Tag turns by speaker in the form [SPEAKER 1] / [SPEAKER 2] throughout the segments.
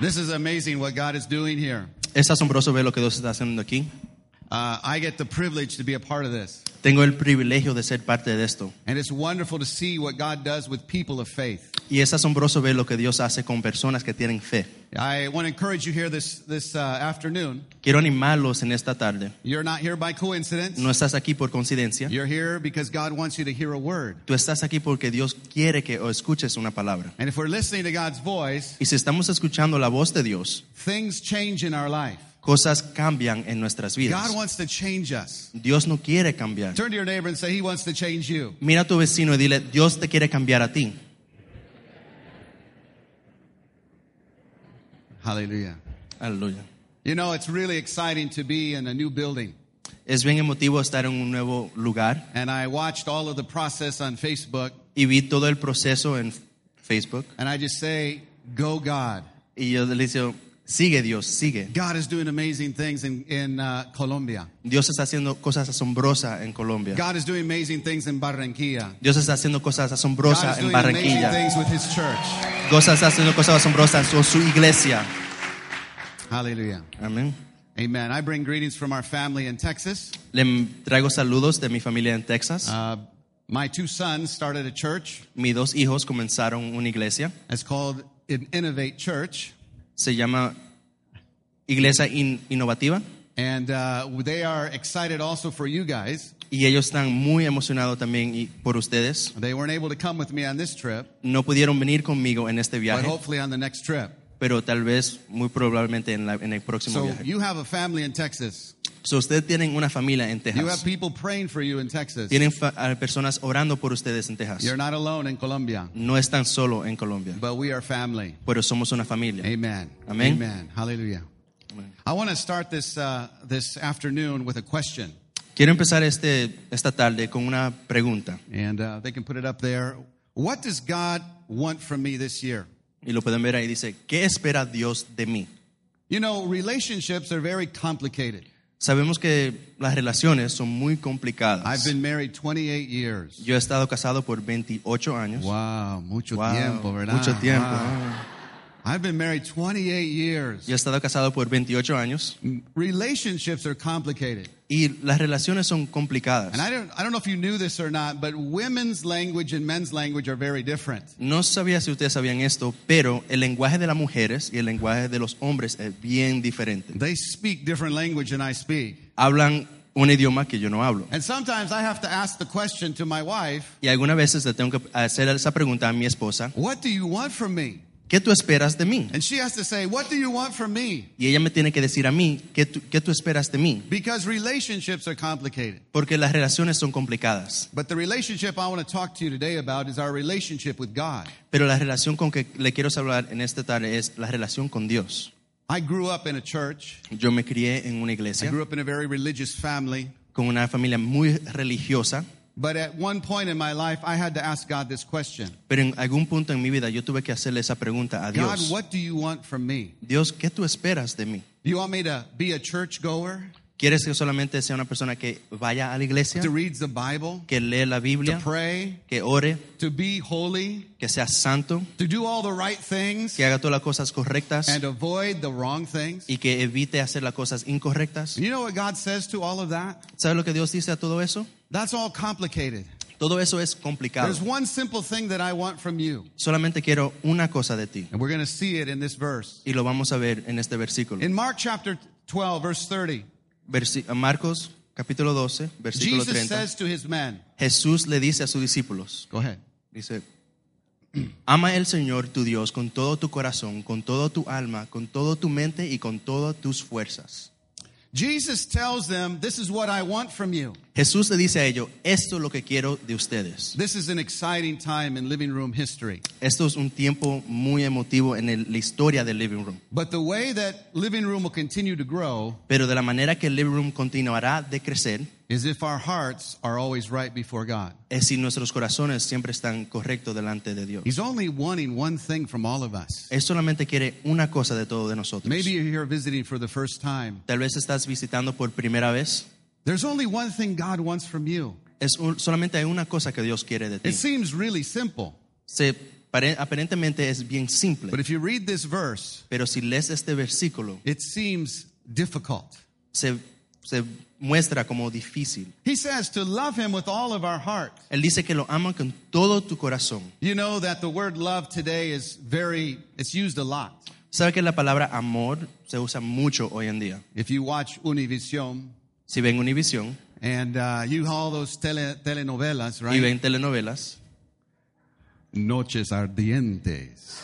[SPEAKER 1] This is amazing what God is doing here.
[SPEAKER 2] Es asombroso ver lo que Dios está haciendo aquí.
[SPEAKER 1] Uh, I get the privilege to be a part of this.
[SPEAKER 2] Tengo el privilegio de ser parte de esto.
[SPEAKER 1] And it's wonderful to see what God does with people of faith.
[SPEAKER 2] Y es asombroso ver lo que Dios hace con personas que tienen fe.
[SPEAKER 1] I want to encourage you here this, this uh, afternoon.
[SPEAKER 2] Quiero animarlos en esta tarde.
[SPEAKER 1] You're not here by coincidence.
[SPEAKER 2] No estás aquí por coincidencia.
[SPEAKER 1] You're here because God wants you to hear a word.
[SPEAKER 2] Tú estás aquí porque Dios quiere que o escuches una palabra.
[SPEAKER 1] And if we're listening to God's voice,
[SPEAKER 2] Y si estamos escuchando la voz de Dios,
[SPEAKER 1] things change in our life.
[SPEAKER 2] cosas cambian en nuestras vidas.
[SPEAKER 1] God wants to change us.
[SPEAKER 2] Dios no quiere cambiar.
[SPEAKER 1] Turn to your neighbor and say, He wants to change you.
[SPEAKER 2] Mira a tu vecino y dile, Dios te quiere cambiar a ti.
[SPEAKER 1] Hallelujah.
[SPEAKER 2] Aleluya.
[SPEAKER 1] You know, it's really exciting to be in a new building.
[SPEAKER 2] Es bien emotivo estar en un nuevo lugar
[SPEAKER 1] And I watched all of the process on Facebook,
[SPEAKER 2] y vi todo el proceso en Facebook
[SPEAKER 1] and I just say, Go, God.
[SPEAKER 2] y yo le digo, sigue Dios, sigue.
[SPEAKER 1] God is doing amazing things in, in uh, Colombia.
[SPEAKER 2] Dios está haciendo cosas asombrosas en Colombia.
[SPEAKER 1] God is doing amazing things in Barranquilla.
[SPEAKER 2] Dios está haciendo cosas
[SPEAKER 1] God is
[SPEAKER 2] asombrosas en
[SPEAKER 1] doing amazing
[SPEAKER 2] Barranquilla.
[SPEAKER 1] things with His church.
[SPEAKER 2] Dios está haciendo cosas asombrosas con su iglesia.
[SPEAKER 1] Hallelujah.
[SPEAKER 2] Amén.
[SPEAKER 1] Amen. I bring greetings from our family in Texas.
[SPEAKER 2] Le traigo saludos de mi familia en Texas.
[SPEAKER 1] Uh, my two sons started a church.
[SPEAKER 2] Mis dos hijos comenzaron una iglesia.
[SPEAKER 1] It's called an Innovate Church.
[SPEAKER 2] Se llama Iglesia In- Innovativa.
[SPEAKER 1] And uh, they are excited also for you guys.
[SPEAKER 2] Y ellos están muy emocionados también y- por ustedes.
[SPEAKER 1] They weren't able to come with me on this trip,
[SPEAKER 2] No pudieron venir conmigo en este
[SPEAKER 1] but
[SPEAKER 2] viaje,
[SPEAKER 1] hopefully on the next trip.
[SPEAKER 2] pero tal vez, muy probablemente, en, la- en el próximo
[SPEAKER 1] So
[SPEAKER 2] viaje.
[SPEAKER 1] you have a family in Texas.
[SPEAKER 2] Si ustedes tienen una familia en
[SPEAKER 1] You have
[SPEAKER 2] Texas,
[SPEAKER 1] people praying for you in Texas.
[SPEAKER 2] tienen fa- a personas orando por ustedes en Texas.
[SPEAKER 1] You're not alone in Colombia,
[SPEAKER 2] No están solo en Colombia,
[SPEAKER 1] but we are family.
[SPEAKER 2] pero somos una familia.
[SPEAKER 1] Amen.
[SPEAKER 2] Amen.
[SPEAKER 1] Amen. Hallelujah.
[SPEAKER 2] Amen.
[SPEAKER 1] I want to start this uh, this afternoon with a question,
[SPEAKER 2] Quiero empezar este, esta tarde con una pregunta,
[SPEAKER 1] and uh, they can put it up there. What does God want from me this year?
[SPEAKER 2] y lo pueden ver ahí, dice, ¿qué espera Dios de mí?
[SPEAKER 1] You know, relationships are very complicated.
[SPEAKER 2] Sabemos que las relaciones son muy
[SPEAKER 1] I've
[SPEAKER 2] complicadas.
[SPEAKER 1] been married 28 years.
[SPEAKER 2] Yo he estado casado por 28 años.
[SPEAKER 1] Wow, mucho
[SPEAKER 2] Wow,
[SPEAKER 1] tiempo, ¿verdad?
[SPEAKER 2] mucho tiempo.
[SPEAKER 1] Wow. I've been married 28 years.
[SPEAKER 2] Yo he estado casado por 28 años
[SPEAKER 1] Relationships are complicated.
[SPEAKER 2] y las relaciones son
[SPEAKER 1] And
[SPEAKER 2] complicadas.
[SPEAKER 1] I don't, I don't know if you knew this or not, but women's language and men's language are very different.
[SPEAKER 2] No sabía si ustedes sabían esto, pero el lenguaje de las mujeres y el lenguaje de los hombres es bien diferente.
[SPEAKER 1] They speak different language than I speak.
[SPEAKER 2] Hablan un idioma que yo no hablo.
[SPEAKER 1] And sometimes I have to ask the question to my wife,
[SPEAKER 2] Y algunas veces le tengo que hacer esa pregunta a mi esposa,
[SPEAKER 1] What do you want from me?
[SPEAKER 2] ¿qué tú esperas de mí?
[SPEAKER 1] And she has to say, What do you want from me?
[SPEAKER 2] Y ella me tiene que decir a mí, ¿qué tú, qué tú esperas de mí?
[SPEAKER 1] Because relationships are complicated.
[SPEAKER 2] Porque las relaciones son complicadas.
[SPEAKER 1] But the relationship I want to talk to you today about is our relationship with God.
[SPEAKER 2] Pero la relación con que le quiero hablar en esta tarde es la relación con Dios.
[SPEAKER 1] I grew up in a church.
[SPEAKER 2] Yo me crié en una
[SPEAKER 1] I
[SPEAKER 2] iglesia
[SPEAKER 1] grew up in a very religious family.
[SPEAKER 2] con una familia muy religiosa,
[SPEAKER 1] But at one point in my life, I had to ask God this question
[SPEAKER 2] pero en algún punto en mi vida yo tuve que hacerle esa pregunta a
[SPEAKER 1] God,
[SPEAKER 2] Dios.
[SPEAKER 1] what do you want from me?
[SPEAKER 2] Dios, ¿qué tú esperas de mí?
[SPEAKER 1] Do you want me to be a churchgoer,
[SPEAKER 2] ¿Quieres que yo solamente sea una persona que vaya a la iglesia,
[SPEAKER 1] to read the Bible,
[SPEAKER 2] que lee la
[SPEAKER 1] to
[SPEAKER 2] Biblia,
[SPEAKER 1] pray,
[SPEAKER 2] que ore,
[SPEAKER 1] to be holy,
[SPEAKER 2] que sea santo,
[SPEAKER 1] to do all the right things
[SPEAKER 2] que haga todas las cosas correctas
[SPEAKER 1] and avoid the wrong things?
[SPEAKER 2] y que evite hacer las cosas incorrectas?
[SPEAKER 1] You know what God says to all of that?
[SPEAKER 2] ¿Sabes lo que Dios dice a todo eso?
[SPEAKER 1] That's all complicated.
[SPEAKER 2] Todo eso es complicado.
[SPEAKER 1] There's one simple thing that I want from you,
[SPEAKER 2] Solamente quiero una cosa de ti
[SPEAKER 1] and we're going to see it in this verse.
[SPEAKER 2] y lo vamos a ver en este versículo.
[SPEAKER 1] In Mark chapter 12, verse 30,
[SPEAKER 2] Versi- Marcos capítulo 12, versículo
[SPEAKER 1] Jesus
[SPEAKER 2] 30.
[SPEAKER 1] says to his men,
[SPEAKER 2] Jesús le dice a sus discípulos,
[SPEAKER 1] Go ahead.
[SPEAKER 2] Dice, ama el Señor tu Dios con todo tu corazón, con todo tu alma, con todo tu mente y con todas tus fuerzas.
[SPEAKER 1] Jesus tells them, This is what I want from you.
[SPEAKER 2] Jesús le dice a ellos, esto es lo que quiero de ustedes.
[SPEAKER 1] This is an exciting time in living room history.
[SPEAKER 2] Esto es un tiempo muy emotivo en el- la historia del living room.
[SPEAKER 1] But the way that living room will continue to grow
[SPEAKER 2] Pero de la manera que el living room continuará de crecer
[SPEAKER 1] is if our hearts are always right before God.
[SPEAKER 2] es si nuestros corazones siempre están correctos delante de Dios.
[SPEAKER 1] He's only wanting one thing from all of us.
[SPEAKER 2] Él solamente quiere una cosa de todo de nosotros.
[SPEAKER 1] Maybe you're here visiting for the first time.
[SPEAKER 2] Tal vez estás visitando por primera vez.
[SPEAKER 1] There's only one thing God wants from you.
[SPEAKER 2] Es un- solamente hay una cosa que Dios quiere de ti.
[SPEAKER 1] It seems really simple,
[SPEAKER 2] Se Pare- Aparentemente es bien
[SPEAKER 1] But
[SPEAKER 2] simple,
[SPEAKER 1] if you read this verse,
[SPEAKER 2] pero si lees este versículo,
[SPEAKER 1] it seems difficult.
[SPEAKER 2] se, se muestra como difícil.
[SPEAKER 1] He says to love him with all of our heart.
[SPEAKER 2] Él dice que lo ama con todo tu corazón.
[SPEAKER 1] You know that the word love today is very, it's used a lot.
[SPEAKER 2] Sabe que la palabra amor se usa mucho hoy en día.
[SPEAKER 1] If you watch Univision
[SPEAKER 2] Si ven Univisión
[SPEAKER 1] and uh, you all those tele, telenovelas,
[SPEAKER 2] y
[SPEAKER 1] right?
[SPEAKER 2] ven telenovelas,
[SPEAKER 1] Noches ardientes.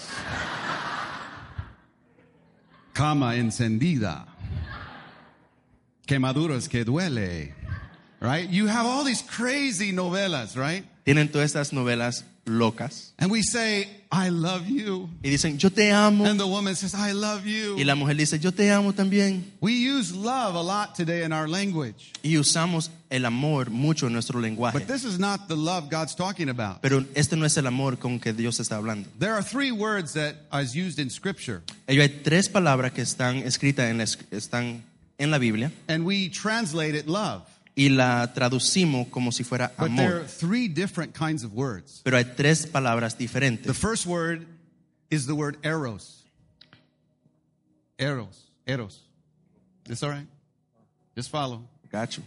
[SPEAKER 1] Cama encendida. Quemaduras que duele. Right? You have all these crazy novelas, right?
[SPEAKER 2] tienen todas estas novelas locas
[SPEAKER 1] And we say, I love you.
[SPEAKER 2] y dicen, yo te amo.
[SPEAKER 1] And the woman says, I love you.
[SPEAKER 2] Y la mujer dice, yo te amo también.
[SPEAKER 1] We use love a lot today in our language.
[SPEAKER 2] Y usamos el amor mucho en nuestro lenguaje.
[SPEAKER 1] But this is not the love God's talking about.
[SPEAKER 2] Pero este no es el amor con que Dios está hablando.
[SPEAKER 1] There are three words that are used in Scripture,
[SPEAKER 2] Ello hay tres palabras que están escritas en la, es- están en la Biblia
[SPEAKER 1] and we translate it love.
[SPEAKER 2] y la traducimos como si fuera
[SPEAKER 1] But there are
[SPEAKER 2] amor.
[SPEAKER 1] three different kinds of words.
[SPEAKER 2] Pero hay tres palabras
[SPEAKER 1] The
[SPEAKER 2] diferentes.
[SPEAKER 1] first word is the word eros. Eros. Eros. It's all right. Just follow.
[SPEAKER 2] Gacho.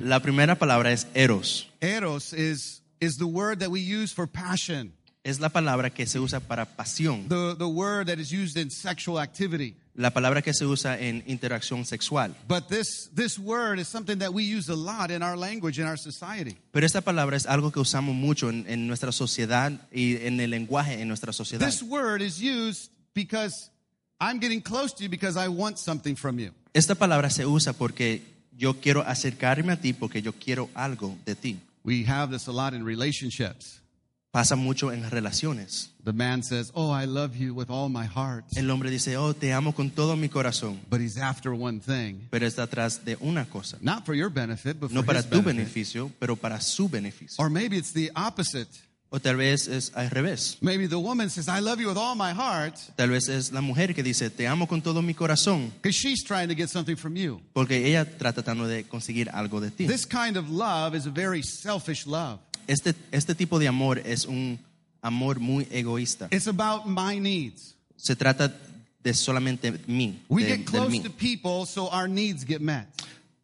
[SPEAKER 2] La primera palabra es eros.
[SPEAKER 1] Eros is, is the word that we use for passion,
[SPEAKER 2] Es la palabra que se usa para pasión.
[SPEAKER 1] the, the word that is used in sexual activity.
[SPEAKER 2] La palabra que se usa en interacción sexual.
[SPEAKER 1] But this, this word is something that we use a lot in our language, in our society.
[SPEAKER 2] Pero esta palabra es algo que usamos mucho en, en nuestra sociedad y en el lenguaje en nuestra sociedad.
[SPEAKER 1] This word is used because I'm getting close to you because I want something from you.
[SPEAKER 2] Esta palabra se usa porque yo quiero acercarme a ti porque yo quiero algo de ti.
[SPEAKER 1] We have this a lot in relationships.
[SPEAKER 2] Pasa mucho en relaciones.
[SPEAKER 1] The man says, Oh, I love you with all my heart.
[SPEAKER 2] El hombre dice, oh, te amo con todo mi corazón,
[SPEAKER 1] But he's after one thing,
[SPEAKER 2] pero está atrás de una cosa.
[SPEAKER 1] not for your benefit, but for
[SPEAKER 2] No para
[SPEAKER 1] his
[SPEAKER 2] tu
[SPEAKER 1] benefit.
[SPEAKER 2] beneficio, pero para su beneficio.
[SPEAKER 1] Or maybe it's the opposite.
[SPEAKER 2] O tal vez es al revés.
[SPEAKER 1] Maybe the woman says, I love you with all my heart
[SPEAKER 2] Tal vez es la mujer que dice, te amo con todo mi corazón,
[SPEAKER 1] because she's trying to get something from you.
[SPEAKER 2] porque ella está tratando de conseguir algo de ti.
[SPEAKER 1] This kind of love is a very selfish love.
[SPEAKER 2] Este, este tipo de amor es un amor muy egoísta.
[SPEAKER 1] It's about my needs.
[SPEAKER 2] Se trata de solamente mí,
[SPEAKER 1] We
[SPEAKER 2] de-
[SPEAKER 1] get
[SPEAKER 2] del
[SPEAKER 1] close
[SPEAKER 2] mí.
[SPEAKER 1] to people so our needs get met.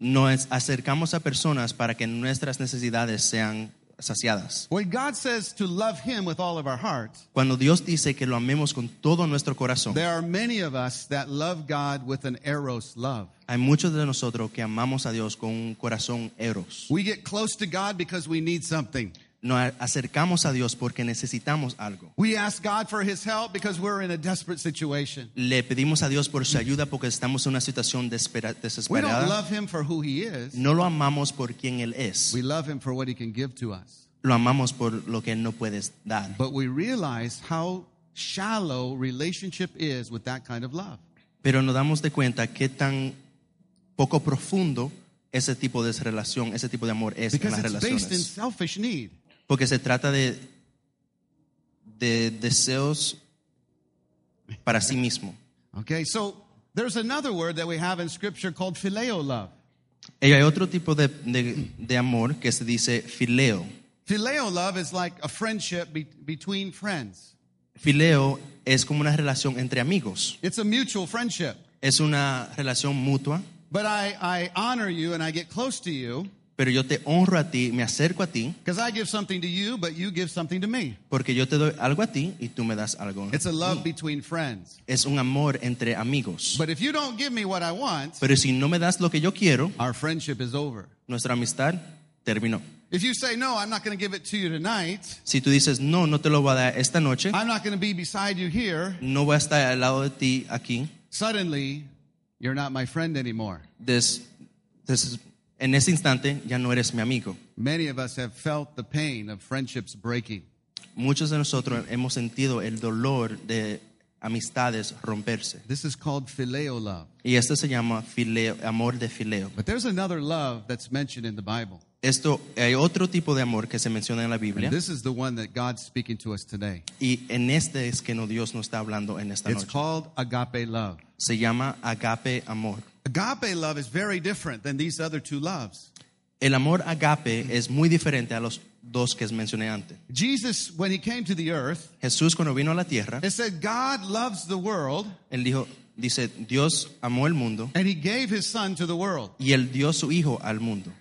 [SPEAKER 2] Nos acercamos a personas para que nuestras necesidades sean saciadas.
[SPEAKER 1] When God says to love Him with all of our heart,
[SPEAKER 2] Cuando Dios dice que lo amemos con todo nuestro corazón,
[SPEAKER 1] there are many of us that love God with an eros love.
[SPEAKER 2] hay muchos de nosotros que amamos a Dios con un corazón eros.
[SPEAKER 1] We get close to God because we need something.
[SPEAKER 2] Nos a- acercamos a Dios porque necesitamos algo.
[SPEAKER 1] We ask God for His help because we're in a desperate situation.
[SPEAKER 2] Le pedimos a Dios por su ayuda porque estamos en una situación despera-
[SPEAKER 1] We don't
[SPEAKER 2] desesperada.
[SPEAKER 1] love Him for who He is,
[SPEAKER 2] uh, No lo amamos por quien Él es.
[SPEAKER 1] we love Him for what He can give to us.
[SPEAKER 2] Lo amamos por lo que Él no puede dar.
[SPEAKER 1] But we realize how shallow relationship is with that kind of love.
[SPEAKER 2] Pero nos damos de cuenta qué tan poco profundo ese tipo de relación, ese tipo de amor es en
[SPEAKER 1] Because
[SPEAKER 2] las
[SPEAKER 1] it's based in
[SPEAKER 2] relaciones.
[SPEAKER 1] selfish need.
[SPEAKER 2] Porque se trata de, de deseos para sí mismo.
[SPEAKER 1] Okay, so there's another word that we have in Scripture called phileo love.
[SPEAKER 2] Y hay otro tipo de, de- de amor que se dice fileo.
[SPEAKER 1] Phileo love is like a friendship be- between friends.
[SPEAKER 2] Fileo es como una relación entre amigos.
[SPEAKER 1] It's a mutual friendship.
[SPEAKER 2] Es una relación mutua,
[SPEAKER 1] But I, I honor you and I get close to you
[SPEAKER 2] pero yo te honro a ti, me acerco a ti,
[SPEAKER 1] because I give something to you, but you give something to me.
[SPEAKER 2] porque yo te doy algo a ti y tú me das algo.
[SPEAKER 1] It's a love between friends.
[SPEAKER 2] Es un amor entre amigos.
[SPEAKER 1] But if you don't give me what I want,
[SPEAKER 2] Pero si no me das lo que yo quiero,
[SPEAKER 1] our friendship is over.
[SPEAKER 2] nuestra amistad terminó.
[SPEAKER 1] If you say, no, I'm not going to give it to you tonight,
[SPEAKER 2] Si tú dices, no, no te lo voy a dar esta noche,
[SPEAKER 1] I'm not going to be beside you here,
[SPEAKER 2] no voy a estar al lado de ti aquí,
[SPEAKER 1] suddenly you're not my friend anymore.
[SPEAKER 2] des- des- en ese instante ya no eres mi amigo.
[SPEAKER 1] Many of us have felt the pain of friendships breaking.
[SPEAKER 2] Muchos de nosotros hemos sentido el dolor de amistades romperse.
[SPEAKER 1] This is called phileo love.
[SPEAKER 2] Y esto se llama fileo, amor de fileo.
[SPEAKER 1] But there's another love that's mentioned in the Bible.
[SPEAKER 2] Esto hay otro tipo de amor que se menciona en la Biblia.
[SPEAKER 1] This is the one that God's speaking to us today.
[SPEAKER 2] Y en este es que no, Dios nos está hablando en esta
[SPEAKER 1] It's
[SPEAKER 2] noche.
[SPEAKER 1] called agape love.
[SPEAKER 2] Se llama agape amor.
[SPEAKER 1] Agape love is very different than these other two loves.
[SPEAKER 2] El amor agape es muy diferente a los dos que mencioné antes.
[SPEAKER 1] Jesus, when he came to the earth,
[SPEAKER 2] Jesús cuando vino a la tierra,
[SPEAKER 1] it said God loves the world
[SPEAKER 2] él dijo, dice, Dios amó el mundo
[SPEAKER 1] and he gave his son to the world,
[SPEAKER 2] y él dio su hijo al mundo,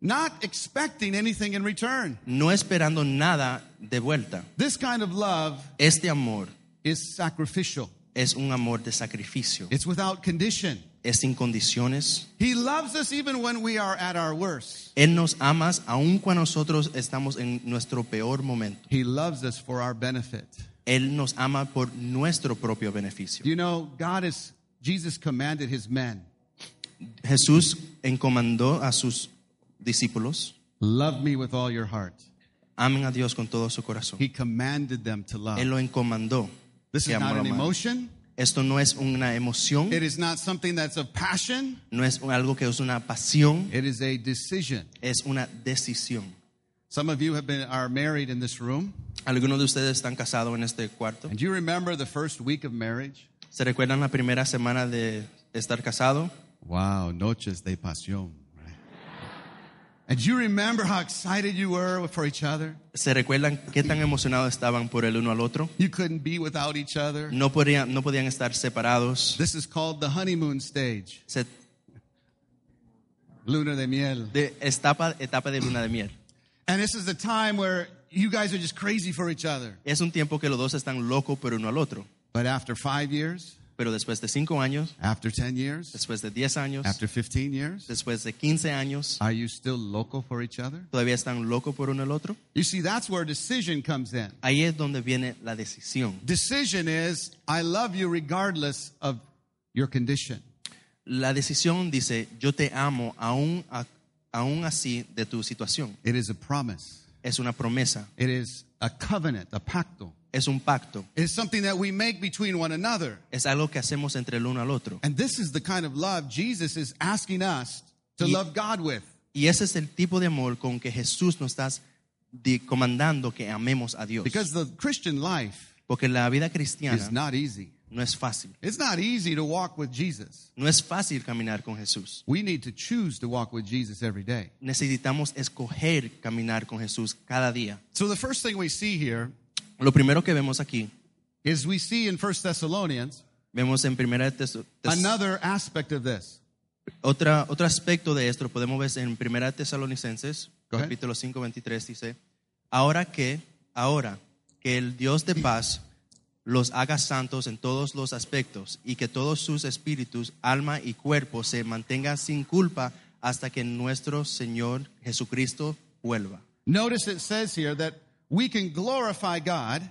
[SPEAKER 1] not expecting anything in return.
[SPEAKER 2] no esperando nada de vuelta.
[SPEAKER 1] This kind of love
[SPEAKER 2] Este amor
[SPEAKER 1] is sacrificial.
[SPEAKER 2] es un amor de sacrificio,
[SPEAKER 1] It's without condition.
[SPEAKER 2] es sin condiciones.
[SPEAKER 1] He loves us even when we are at our worst.
[SPEAKER 2] Él nos ama aun cuando nosotros estamos en nuestro peor momento.
[SPEAKER 1] He loves us for our benefit.
[SPEAKER 2] Él nos ama por nuestro propio beneficio.
[SPEAKER 1] You know, God is Jesus commanded his men,
[SPEAKER 2] Jesús encomendó a sus discípulos,
[SPEAKER 1] love me with all your heart.
[SPEAKER 2] amen a Dios con todo su corazón.
[SPEAKER 1] He commanded them to
[SPEAKER 2] Él
[SPEAKER 1] love.
[SPEAKER 2] lo encomendó.
[SPEAKER 1] This
[SPEAKER 2] que
[SPEAKER 1] is not
[SPEAKER 2] amara
[SPEAKER 1] an
[SPEAKER 2] más.
[SPEAKER 1] emotion.
[SPEAKER 2] Esto no es una emoción,
[SPEAKER 1] It is not something that's of passion.
[SPEAKER 2] no es algo que es una pasión,
[SPEAKER 1] It is a decision.
[SPEAKER 2] es una decisión.
[SPEAKER 1] Some of you have been are married in this room.
[SPEAKER 2] Algunos de ustedes están casados en este cuarto.
[SPEAKER 1] And do you remember the first week of marriage?
[SPEAKER 2] ¿Se recuerdan la primera semana de estar casado?
[SPEAKER 1] Wow, noches de pasión. right? And do you remember how excited you were for each other?
[SPEAKER 2] ¿Se recuerdan qué tan emocionados estaban por el uno al otro?
[SPEAKER 1] You couldn't be without each other.
[SPEAKER 2] No podían, no podían estar separados.
[SPEAKER 1] This is called the honeymoon stage,
[SPEAKER 2] Se-
[SPEAKER 1] luna de miel.
[SPEAKER 2] de etapa, etapa de luna de miel.
[SPEAKER 1] And this is the time where you guys are just crazy for each other.
[SPEAKER 2] Es un tiempo que los dos están locos por uno al otro.
[SPEAKER 1] But after five years,
[SPEAKER 2] Pero después de cinco años,
[SPEAKER 1] after 10 years,
[SPEAKER 2] después de 10 años,
[SPEAKER 1] after 15 years,
[SPEAKER 2] después de 15 años,
[SPEAKER 1] are you still local for each other?
[SPEAKER 2] todavía están locos por uno al otro.
[SPEAKER 1] You see, that's where decision comes in.
[SPEAKER 2] Ahí es donde viene la decisión.
[SPEAKER 1] Decision is, I love you regardless of your condition.
[SPEAKER 2] La decisión dice, yo te amo aún, a- aún así de tu situación.
[SPEAKER 1] It is a promise.
[SPEAKER 2] Es una promesa,
[SPEAKER 1] It is a covenant, a pacto.
[SPEAKER 2] es un pacto,
[SPEAKER 1] It is something that we make between one another.
[SPEAKER 2] es algo que hacemos entre el uno al otro.
[SPEAKER 1] And this is the kind of love Jesus is asking us to
[SPEAKER 2] Ye-
[SPEAKER 1] love God with.
[SPEAKER 2] Y ese es el tipo de amor con que Jesús nos está di- comandando que amemos a Dios.
[SPEAKER 1] Because the Christian life
[SPEAKER 2] Porque la vida
[SPEAKER 1] is
[SPEAKER 2] cristiana
[SPEAKER 1] not easy.
[SPEAKER 2] no es fácil.
[SPEAKER 1] It's not easy to walk with Jesus.
[SPEAKER 2] No es fácil caminar con Jesús.
[SPEAKER 1] We need to choose to walk with Jesus every day.
[SPEAKER 2] Necesitamos escoger caminar con Jesús cada día.
[SPEAKER 1] So the first thing we see here
[SPEAKER 2] Lo primero que vemos aquí,
[SPEAKER 1] is we see in First Thessalonians
[SPEAKER 2] vemos en primera de Tes- Tes-
[SPEAKER 1] another aspect of this.
[SPEAKER 2] Otra, otro aspecto de esto lo podemos ver en 1 Tesalonicenses,
[SPEAKER 1] Go ahead.
[SPEAKER 2] capítulo 5, 23, dice, ahora que, ahora que el Dios de paz los haga santos en todos los aspectos y que todos sus espíritus, alma y cuerpo se mantengan sin culpa hasta que nuestro Señor Jesucristo vuelva.
[SPEAKER 1] Notice it says here that we can glorify God,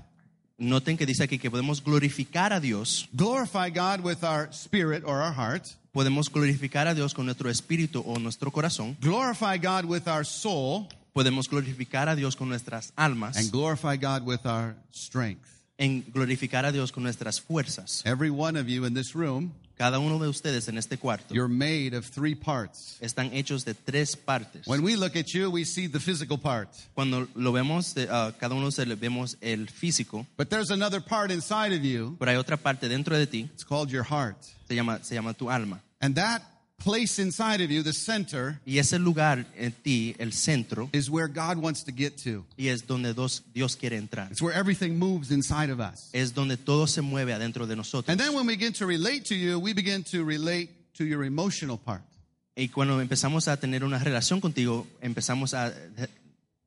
[SPEAKER 2] Noten que dice aquí que podemos glorificar a Dios,
[SPEAKER 1] glorify God with our spirit or our heart,
[SPEAKER 2] podemos glorificar a Dios con nuestro espíritu o nuestro corazón,
[SPEAKER 1] glorify God with our soul,
[SPEAKER 2] podemos glorificar a Dios con nuestras almas.
[SPEAKER 1] and glorify God with our strength.
[SPEAKER 2] en glorificar a Dios con nuestras fuerzas.
[SPEAKER 1] Every one of you in this room,
[SPEAKER 2] Cada uno de ustedes en este cuarto
[SPEAKER 1] you're made of three parts.
[SPEAKER 2] están hechos de tres partes.
[SPEAKER 1] When we look at you, we see the physical part,
[SPEAKER 2] Cuando lo vemos, eh, a cada uno se le vemos el físico,
[SPEAKER 1] but there's another part inside of you.
[SPEAKER 2] pero hay otra parte dentro de ti,
[SPEAKER 1] It's called your heart.
[SPEAKER 2] se llama, se llama tu alma.
[SPEAKER 1] And that place inside of you, the center,
[SPEAKER 2] Y ese lugar en ti, el centro,
[SPEAKER 1] is where God wants to get to.
[SPEAKER 2] y es donde dos- Dios quiere entrar.
[SPEAKER 1] It's where everything moves inside of us.
[SPEAKER 2] Es donde todo se mueve adentro de nosotros.
[SPEAKER 1] And then when we begin to relate to you, we begin to relate to your emotional part.
[SPEAKER 2] Y cuando empezamos a tener una relación contigo, empezamos a eh,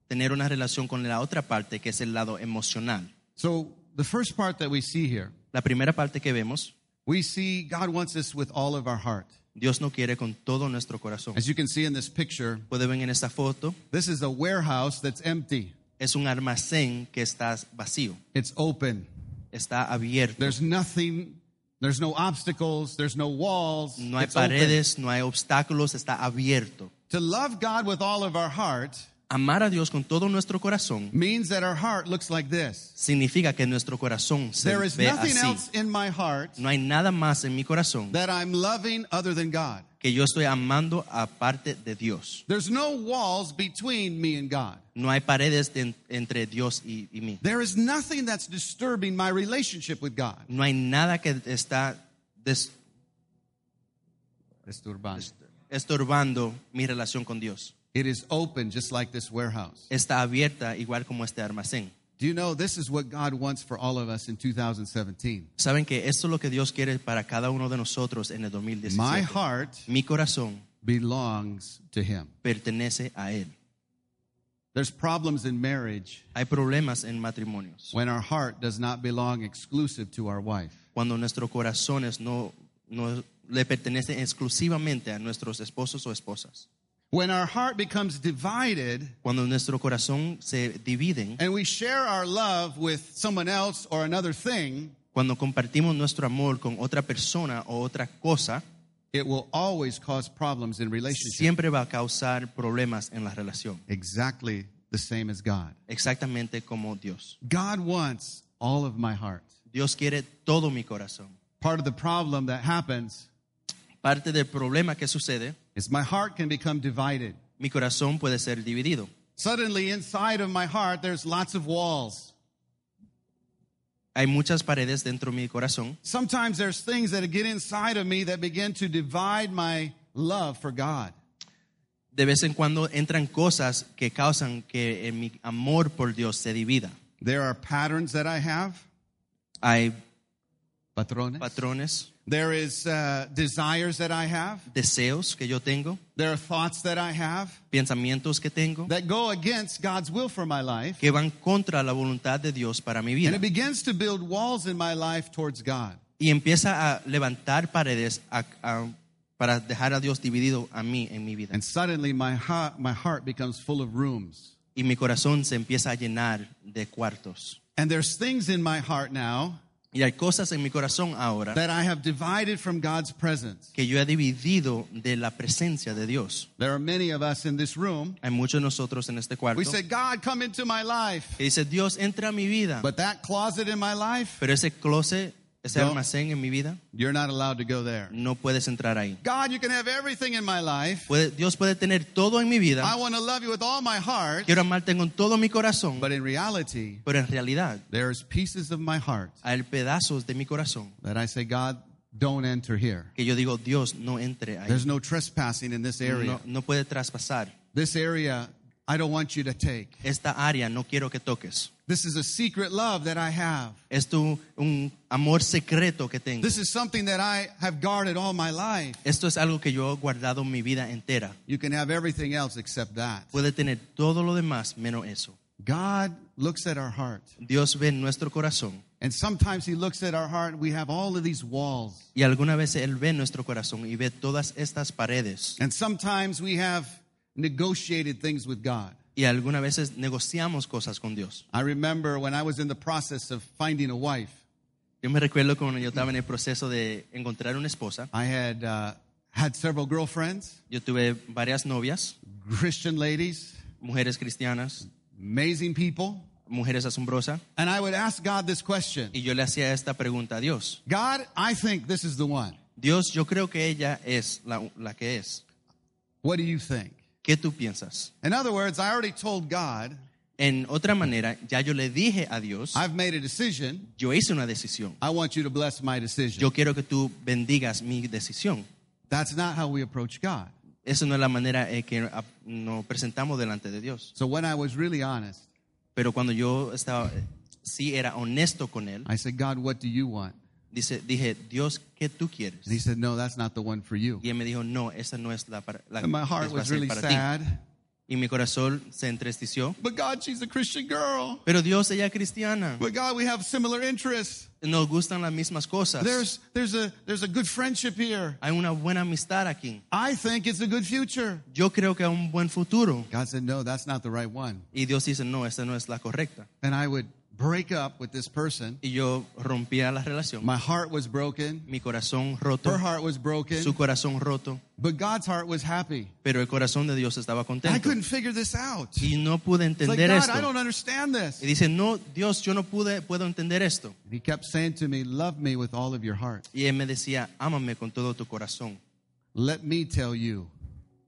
[SPEAKER 2] tener una relación con la otra parte, que es el lado emocional.
[SPEAKER 1] So the first part that we see here,
[SPEAKER 2] La primera parte que vemos
[SPEAKER 1] we see God wants us with all of our heart.
[SPEAKER 2] Dios no quiere con todo nuestro corazón.
[SPEAKER 1] As you can see in this picture,
[SPEAKER 2] Pueden ver en esta foto,
[SPEAKER 1] this is a warehouse that's empty.
[SPEAKER 2] es un almacén que está vacío,
[SPEAKER 1] It's open.
[SPEAKER 2] está abierto.
[SPEAKER 1] There's nothing, there's no obstacles, there's no walls.
[SPEAKER 2] No hay
[SPEAKER 1] It's open.
[SPEAKER 2] paredes, no hay obstáculos, está abierto.
[SPEAKER 1] To love God with all of our heart
[SPEAKER 2] Amar a Dios con todo nuestro corazón
[SPEAKER 1] means that our heart looks like this.
[SPEAKER 2] significa que nuestro corazón se
[SPEAKER 1] There is
[SPEAKER 2] ve
[SPEAKER 1] nothing
[SPEAKER 2] así.
[SPEAKER 1] else in my heart
[SPEAKER 2] No hay nada más en mi corazón
[SPEAKER 1] that I'm loving other than God.
[SPEAKER 2] que yo estoy amando aparte de Dios.
[SPEAKER 1] There's no walls between me and God.
[SPEAKER 2] No hay paredes de- entre Dios y, y mí.
[SPEAKER 1] There is nothing that's disturbing my relationship with God.
[SPEAKER 2] No hay nada que está des- estorbando mi relación con Dios.
[SPEAKER 1] It is open just like this warehouse.
[SPEAKER 2] está abierta igual como este almacén.
[SPEAKER 1] Do you know this is what God wants for all of us in 2017?
[SPEAKER 2] Saben que esto es lo que Dios quiere para cada uno de nosotros en el
[SPEAKER 1] My
[SPEAKER 2] 2017.
[SPEAKER 1] heart
[SPEAKER 2] Mi corazón
[SPEAKER 1] belongs to Him.
[SPEAKER 2] pertenece a Él.
[SPEAKER 1] There's problems in marriage
[SPEAKER 2] Hay problemas en matrimonios
[SPEAKER 1] when our heart does not belong exclusive to our wife.
[SPEAKER 2] cuando nuestros corazones no, no le pertenecen exclusivamente a nuestros esposos o esposas.
[SPEAKER 1] When our heart becomes divided
[SPEAKER 2] Cuando nuestro corazón se dividen,
[SPEAKER 1] and we share our love with someone else or another thing,
[SPEAKER 2] cuando compartimos nuestro amor con otra persona o otra cosa,
[SPEAKER 1] it will always cause problems in relationships.
[SPEAKER 2] siempre va a causar problemas en la relación,
[SPEAKER 1] Exactly the same as God.
[SPEAKER 2] exactamente como Dios.
[SPEAKER 1] God wants all of my heart.
[SPEAKER 2] Dios quiere todo mi corazón.
[SPEAKER 1] Part of the problem that happens
[SPEAKER 2] Parte del problema que sucede,
[SPEAKER 1] is my heart can become divided.
[SPEAKER 2] mi corazón puede ser dividido.
[SPEAKER 1] Suddenly, inside of my heart, there's lots of walls.
[SPEAKER 2] Hay muchas paredes dentro de mi corazón.
[SPEAKER 1] Sometimes there's things that get inside of me that begin to divide my love for God.
[SPEAKER 2] De vez en cuando entran cosas que causan que eh, mi amor por Dios se divida.
[SPEAKER 1] There are patterns that I have,
[SPEAKER 2] Hay
[SPEAKER 1] patrones.
[SPEAKER 2] patrones,
[SPEAKER 1] There is uh, desires that I have.
[SPEAKER 2] deseos que yo tengo,
[SPEAKER 1] There are thoughts that I have
[SPEAKER 2] pensamientos que tengo,
[SPEAKER 1] that go against God's will for my life.
[SPEAKER 2] que van contra la voluntad de Dios para mi
[SPEAKER 1] And
[SPEAKER 2] vida.
[SPEAKER 1] it begins to build walls in my life towards God.
[SPEAKER 2] Y empieza a levantar paredes a- a- para dejar a Dios dividido a mí en mi vida.
[SPEAKER 1] And suddenly my heart, my heart becomes full of rooms.
[SPEAKER 2] Y mi corazón se empieza a llenar de cuartos.
[SPEAKER 1] And there's things in my heart now
[SPEAKER 2] Y hay cosas en mi corazón ahora
[SPEAKER 1] that I have divided from God's presence.
[SPEAKER 2] que yo he dividido de la presencia de Dios.
[SPEAKER 1] There are many of us in this room.
[SPEAKER 2] Hay muchos de nosotros en este cuarto
[SPEAKER 1] We say, God, come into my life.
[SPEAKER 2] que dice Dios entra a mi vida,
[SPEAKER 1] But that closet in my life,
[SPEAKER 2] pero ese closet, ese
[SPEAKER 1] No.
[SPEAKER 2] almacén en mi vida,
[SPEAKER 1] you're not allowed to go there.
[SPEAKER 2] no puedes entrar ahí.
[SPEAKER 1] God, you can have everything in my life.
[SPEAKER 2] Puede- Dios puede tener todo en mi
[SPEAKER 1] I
[SPEAKER 2] vida.
[SPEAKER 1] want to love you with all my heart.
[SPEAKER 2] Quiero amarte con todo mi corazón,
[SPEAKER 1] But in reality,
[SPEAKER 2] pero en realidad
[SPEAKER 1] there's pieces of my heart
[SPEAKER 2] hay pedazos de mi corazón
[SPEAKER 1] that I say, God, don't enter here.
[SPEAKER 2] que yo digo Dios no entre ahí,
[SPEAKER 1] There's no trespassing in this area.
[SPEAKER 2] no, no puede traspasar.
[SPEAKER 1] This area, I don't want you to take.
[SPEAKER 2] Esta área no quiero que toques.
[SPEAKER 1] This is a secret love that I have.
[SPEAKER 2] Es tu, un amor secreto que tengo.
[SPEAKER 1] This is something that I have guarded all my life.
[SPEAKER 2] Esto es algo que yo he guardado mi vida entera.
[SPEAKER 1] You can have everything else except that.
[SPEAKER 2] Puede tener todo lo demás menos eso.
[SPEAKER 1] God looks at our heart.
[SPEAKER 2] Dios ve nuestro corazón
[SPEAKER 1] And sometimes He looks at our heart. We have all of these walls.
[SPEAKER 2] y alguna vez Él ve nuestro corazón y ve todas estas paredes.
[SPEAKER 1] And sometimes we have negotiated things with God.
[SPEAKER 2] Y algunas veces negociamos cosas con Dios.
[SPEAKER 1] I remember when I was in the process of finding a wife,
[SPEAKER 2] Yo me recuerdo cuando yo estaba en el proceso de encontrar una esposa.
[SPEAKER 1] I had uh, had several girlfriends,
[SPEAKER 2] Yo tuve varias novias,
[SPEAKER 1] Christian ladies,
[SPEAKER 2] mujeres cristianas,
[SPEAKER 1] amazing people.
[SPEAKER 2] mujeres asombrosas.
[SPEAKER 1] And I would ask God this question
[SPEAKER 2] Y yo le hacía esta pregunta a Dios.
[SPEAKER 1] God, I think this is the one.
[SPEAKER 2] Dios, yo creo que ella es la, la que es.
[SPEAKER 1] What do you think?
[SPEAKER 2] ¿Qué tú piensas?
[SPEAKER 1] In other words, I already told God
[SPEAKER 2] En otra manera, ya yo le dije a Dios,
[SPEAKER 1] I've made a decision.
[SPEAKER 2] yo hice una decisión.
[SPEAKER 1] I want you to bless my decision.
[SPEAKER 2] Yo quiero que tú bendigas mi decisión.
[SPEAKER 1] That's not how we approach God.
[SPEAKER 2] Esa no es la manera en que ah, nos presentamos delante de Dios.
[SPEAKER 1] So when I was really honest,
[SPEAKER 2] Pero cuando yo estaba, eh, sí era honesto con él,
[SPEAKER 1] I said, God, what do you want?
[SPEAKER 2] dice, dije, Dios, ¿qué tú quieres?
[SPEAKER 1] And he said, No, that's not the one for you.
[SPEAKER 2] Y él me dijo, no, esa no es la, para- la
[SPEAKER 1] And my
[SPEAKER 2] que
[SPEAKER 1] heart
[SPEAKER 2] va a
[SPEAKER 1] was
[SPEAKER 2] ser
[SPEAKER 1] really
[SPEAKER 2] para ti".
[SPEAKER 1] sad.
[SPEAKER 2] Y mi corazón se entristeció.
[SPEAKER 1] But God, she's a Christian girl.
[SPEAKER 2] Pero Dios, ella es cristiana.
[SPEAKER 1] But God, we have similar interests.
[SPEAKER 2] Nos gustan las mismas cosas.
[SPEAKER 1] There's there's a there's a good friendship here.
[SPEAKER 2] Hay una buena amistad aquí.
[SPEAKER 1] I think it's a good future.
[SPEAKER 2] Yo creo que hay un buen futuro.
[SPEAKER 1] God said, No, that's not the right one.
[SPEAKER 2] Y Dios dice, no, esta no es la correcta.
[SPEAKER 1] And I would break up with this person.
[SPEAKER 2] Y yo rompía la relación.
[SPEAKER 1] My heart was broken.
[SPEAKER 2] Mi corazón
[SPEAKER 1] Her
[SPEAKER 2] roto,
[SPEAKER 1] heart was broken.
[SPEAKER 2] su corazón roto.
[SPEAKER 1] But God's heart was happy.
[SPEAKER 2] Pero el corazón de Dios estaba
[SPEAKER 1] I
[SPEAKER 2] contento.
[SPEAKER 1] couldn't figure this out. It's
[SPEAKER 2] Y no pude
[SPEAKER 1] like,
[SPEAKER 2] entender
[SPEAKER 1] God, I
[SPEAKER 2] esto.
[SPEAKER 1] don't understand this.
[SPEAKER 2] Y dice, no, Dios, yo no pude, puedo entender esto.
[SPEAKER 1] And he kept saying to me, Love me with all of your heart.
[SPEAKER 2] Y él me decía, ámame con todo tu corazón.
[SPEAKER 1] Let me tell you.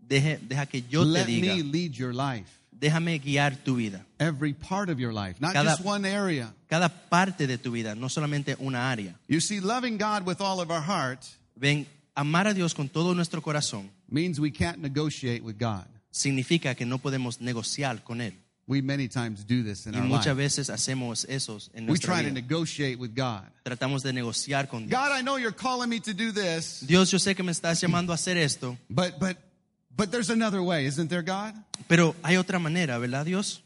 [SPEAKER 2] Deje- deja que yo te
[SPEAKER 1] Let
[SPEAKER 2] diga.
[SPEAKER 1] me lead your life.
[SPEAKER 2] Déjame guiar tu vida.
[SPEAKER 1] Every part of your life, not
[SPEAKER 2] Cada-
[SPEAKER 1] just one area.
[SPEAKER 2] Cada parte de tu vida, no solamente una área.
[SPEAKER 1] You see, loving God with all of our heart
[SPEAKER 2] Ven, amar a Dios con todo nuestro corazón
[SPEAKER 1] means we can't negotiate with God.
[SPEAKER 2] significa que no podemos negociar con Él.
[SPEAKER 1] We many times do this in
[SPEAKER 2] Y
[SPEAKER 1] our
[SPEAKER 2] muchas
[SPEAKER 1] life.
[SPEAKER 2] veces hacemos eso en
[SPEAKER 1] We
[SPEAKER 2] nuestra
[SPEAKER 1] try to
[SPEAKER 2] vida.
[SPEAKER 1] negotiate with God.
[SPEAKER 2] Tratamos de negociar con Dios.
[SPEAKER 1] God, I know you're calling me to do this,
[SPEAKER 2] Dios, yo sé que me estás llamando a hacer esto,
[SPEAKER 1] but but but there's another way, isn't there, God?
[SPEAKER 2] pero hay otra manera, ¿verdad, Dios?